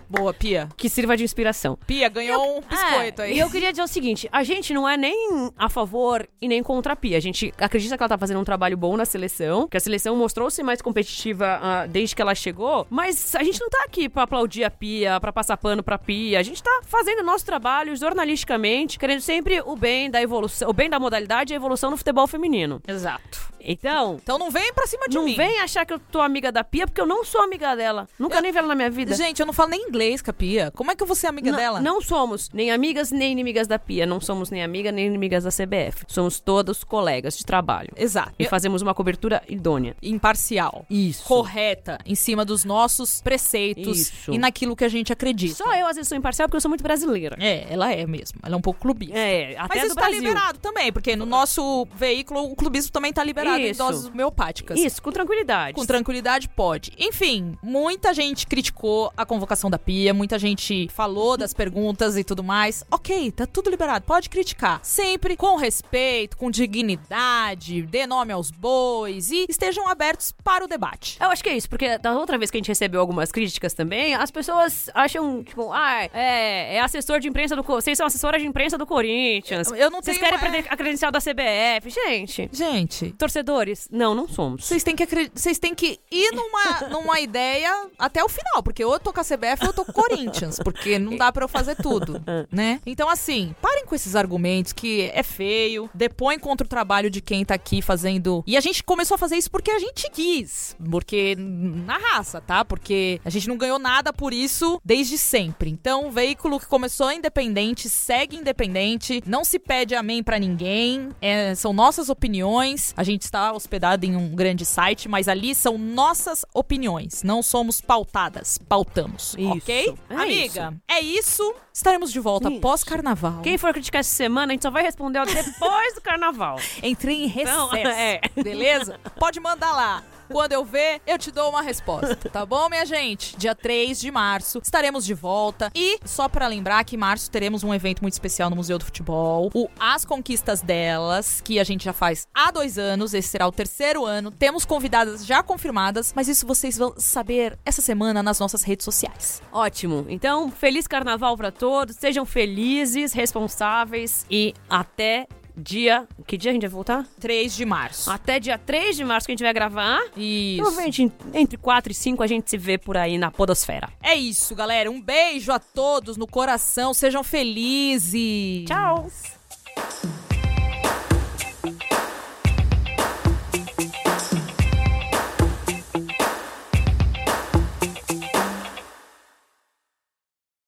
Speaker 2: Boa, Pia.
Speaker 3: que sirva de inspiração.
Speaker 2: Pia ganhou um biscoito
Speaker 3: É,
Speaker 2: aí.
Speaker 3: E eu queria dizer o seguinte: a gente não é nem a favor e nem contra a Pia. A gente acredita que ela tá fazendo um trabalho bom na seleção, que a seleção mostrou-se mais competitiva ah, desde que ela chegou, mas a gente não tá aqui pra aplaudir a Pia, pra passar pano pra Pia. A gente tá fazendo o nosso trabalho jornalisticamente, querendo sempre o bem da evolução, o bem da modalidade e a evolução no futebol feminino.
Speaker 2: Exato.
Speaker 3: Então.
Speaker 2: Então não vem pra cima de
Speaker 3: Não
Speaker 2: mim.
Speaker 3: vem achar que eu tô amiga da Pia, porque eu não sou amiga dela. Nunca nem vi ela na minha vida.
Speaker 2: Gente, eu não falo nem inglês com a Pia. Como é que eu vou ser amiga
Speaker 3: Não-
Speaker 2: dela?
Speaker 3: Não somos nem amigas nem inimigas da Pia. Não somos nem amiga nem inimigas da CBF. Somos todos colegas de trabalho.
Speaker 2: Exato.
Speaker 3: E fazemos uma cobertura idônea.
Speaker 2: Imparcial.
Speaker 3: Isso.
Speaker 2: Correta. Em cima dos nossos preceitos
Speaker 3: Isso.
Speaker 2: e naquilo que a gente acredita.
Speaker 3: Só eu, às vezes, sou imparcial porque eu sou muito brasileira.
Speaker 2: É, ela é mesmo. Ela é um pouco clubista.
Speaker 3: É,
Speaker 2: Mas
Speaker 3: até do
Speaker 2: isso tá
Speaker 3: Brasil.
Speaker 2: liberado também, porque no nosso veículo o clubismo também tá liberado em
Speaker 3: Isso.
Speaker 2: doses homeopáticas.
Speaker 3: Isso, com tranquilidade.
Speaker 2: Com tranquilidade, pode. Enfim, muita gente criticou a convocação da Pia, muita gente falou das perguntas e tudo mais. Ok, tá tudo liberado, pode criticar. Sempre com respeito, com dignidade, dê nome aos bois e estejam abertos para o debate.
Speaker 3: Eu acho que é isso, porque da outra vez que a gente recebeu algumas críticas também, as pessoas acham, tipo, ah, é, é assessor de imprensa do... Co- Vocês são assessora de imprensa do Corinthians.
Speaker 2: Eu não
Speaker 3: Vocês
Speaker 2: tenho-
Speaker 3: querem perder a credencial da CBF. Gente,
Speaker 2: Gente,
Speaker 3: torcedores, não, não somos.
Speaker 2: Vocês têm que acre- vocês têm que ir numa, numa ideia até o final, porque ou eu tô com a CBF ou eu tô com o Corinthians, porque não dá pra eu fazer tudo, né? Então assim, parem com esses argumentos que é feio, depõem contra o trabalho de quem tá aqui fazendo. E a gente começou a fazer isso porque a gente quis, porque na raça, tá? Porque a gente não ganhou nada por isso desde sempre. Então, o veículo que começou independente segue independente, não se pede amém pra ninguém. é, são nossas opiniões. A gente está hospedado em um grande site, mas ali são nossas opiniões. Não somos pautadas, pautamos,
Speaker 3: Isso.
Speaker 2: ok?
Speaker 3: É
Speaker 2: Amiga, é isso. Estaremos de volta
Speaker 3: Isso.
Speaker 2: após carnaval.
Speaker 3: Quem for criticar essa semana, a gente só vai responder depois do carnaval.
Speaker 2: Entrei em recesso,
Speaker 3: Então, é.
Speaker 2: beleza? Pode mandar lá. Quando eu ver, eu te dou uma resposta, tá bom, minha gente? Dia 3 de março estaremos de volta. E só pra lembrar que em março teremos um evento muito especial no Museu do Futebol, o As Conquistas Delas, que a gente já faz há dois anos, esse será o terceiro ano. Temos convidadas já confirmadas, mas isso vocês vão saber essa semana nas nossas redes sociais.
Speaker 3: Ótimo. Então, feliz carnaval pra todos. Sejam felizes, responsáveis e até dia. Que dia a gente vai voltar?
Speaker 2: 3 de março.
Speaker 3: Até dia 3 de março que a gente vai gravar.
Speaker 2: Isso.
Speaker 3: Provavelmente entre 4 e 5 a gente se vê por aí na Podosfera.
Speaker 2: É isso, galera. Um beijo a todos no coração. Sejam felizes.
Speaker 3: Tchau!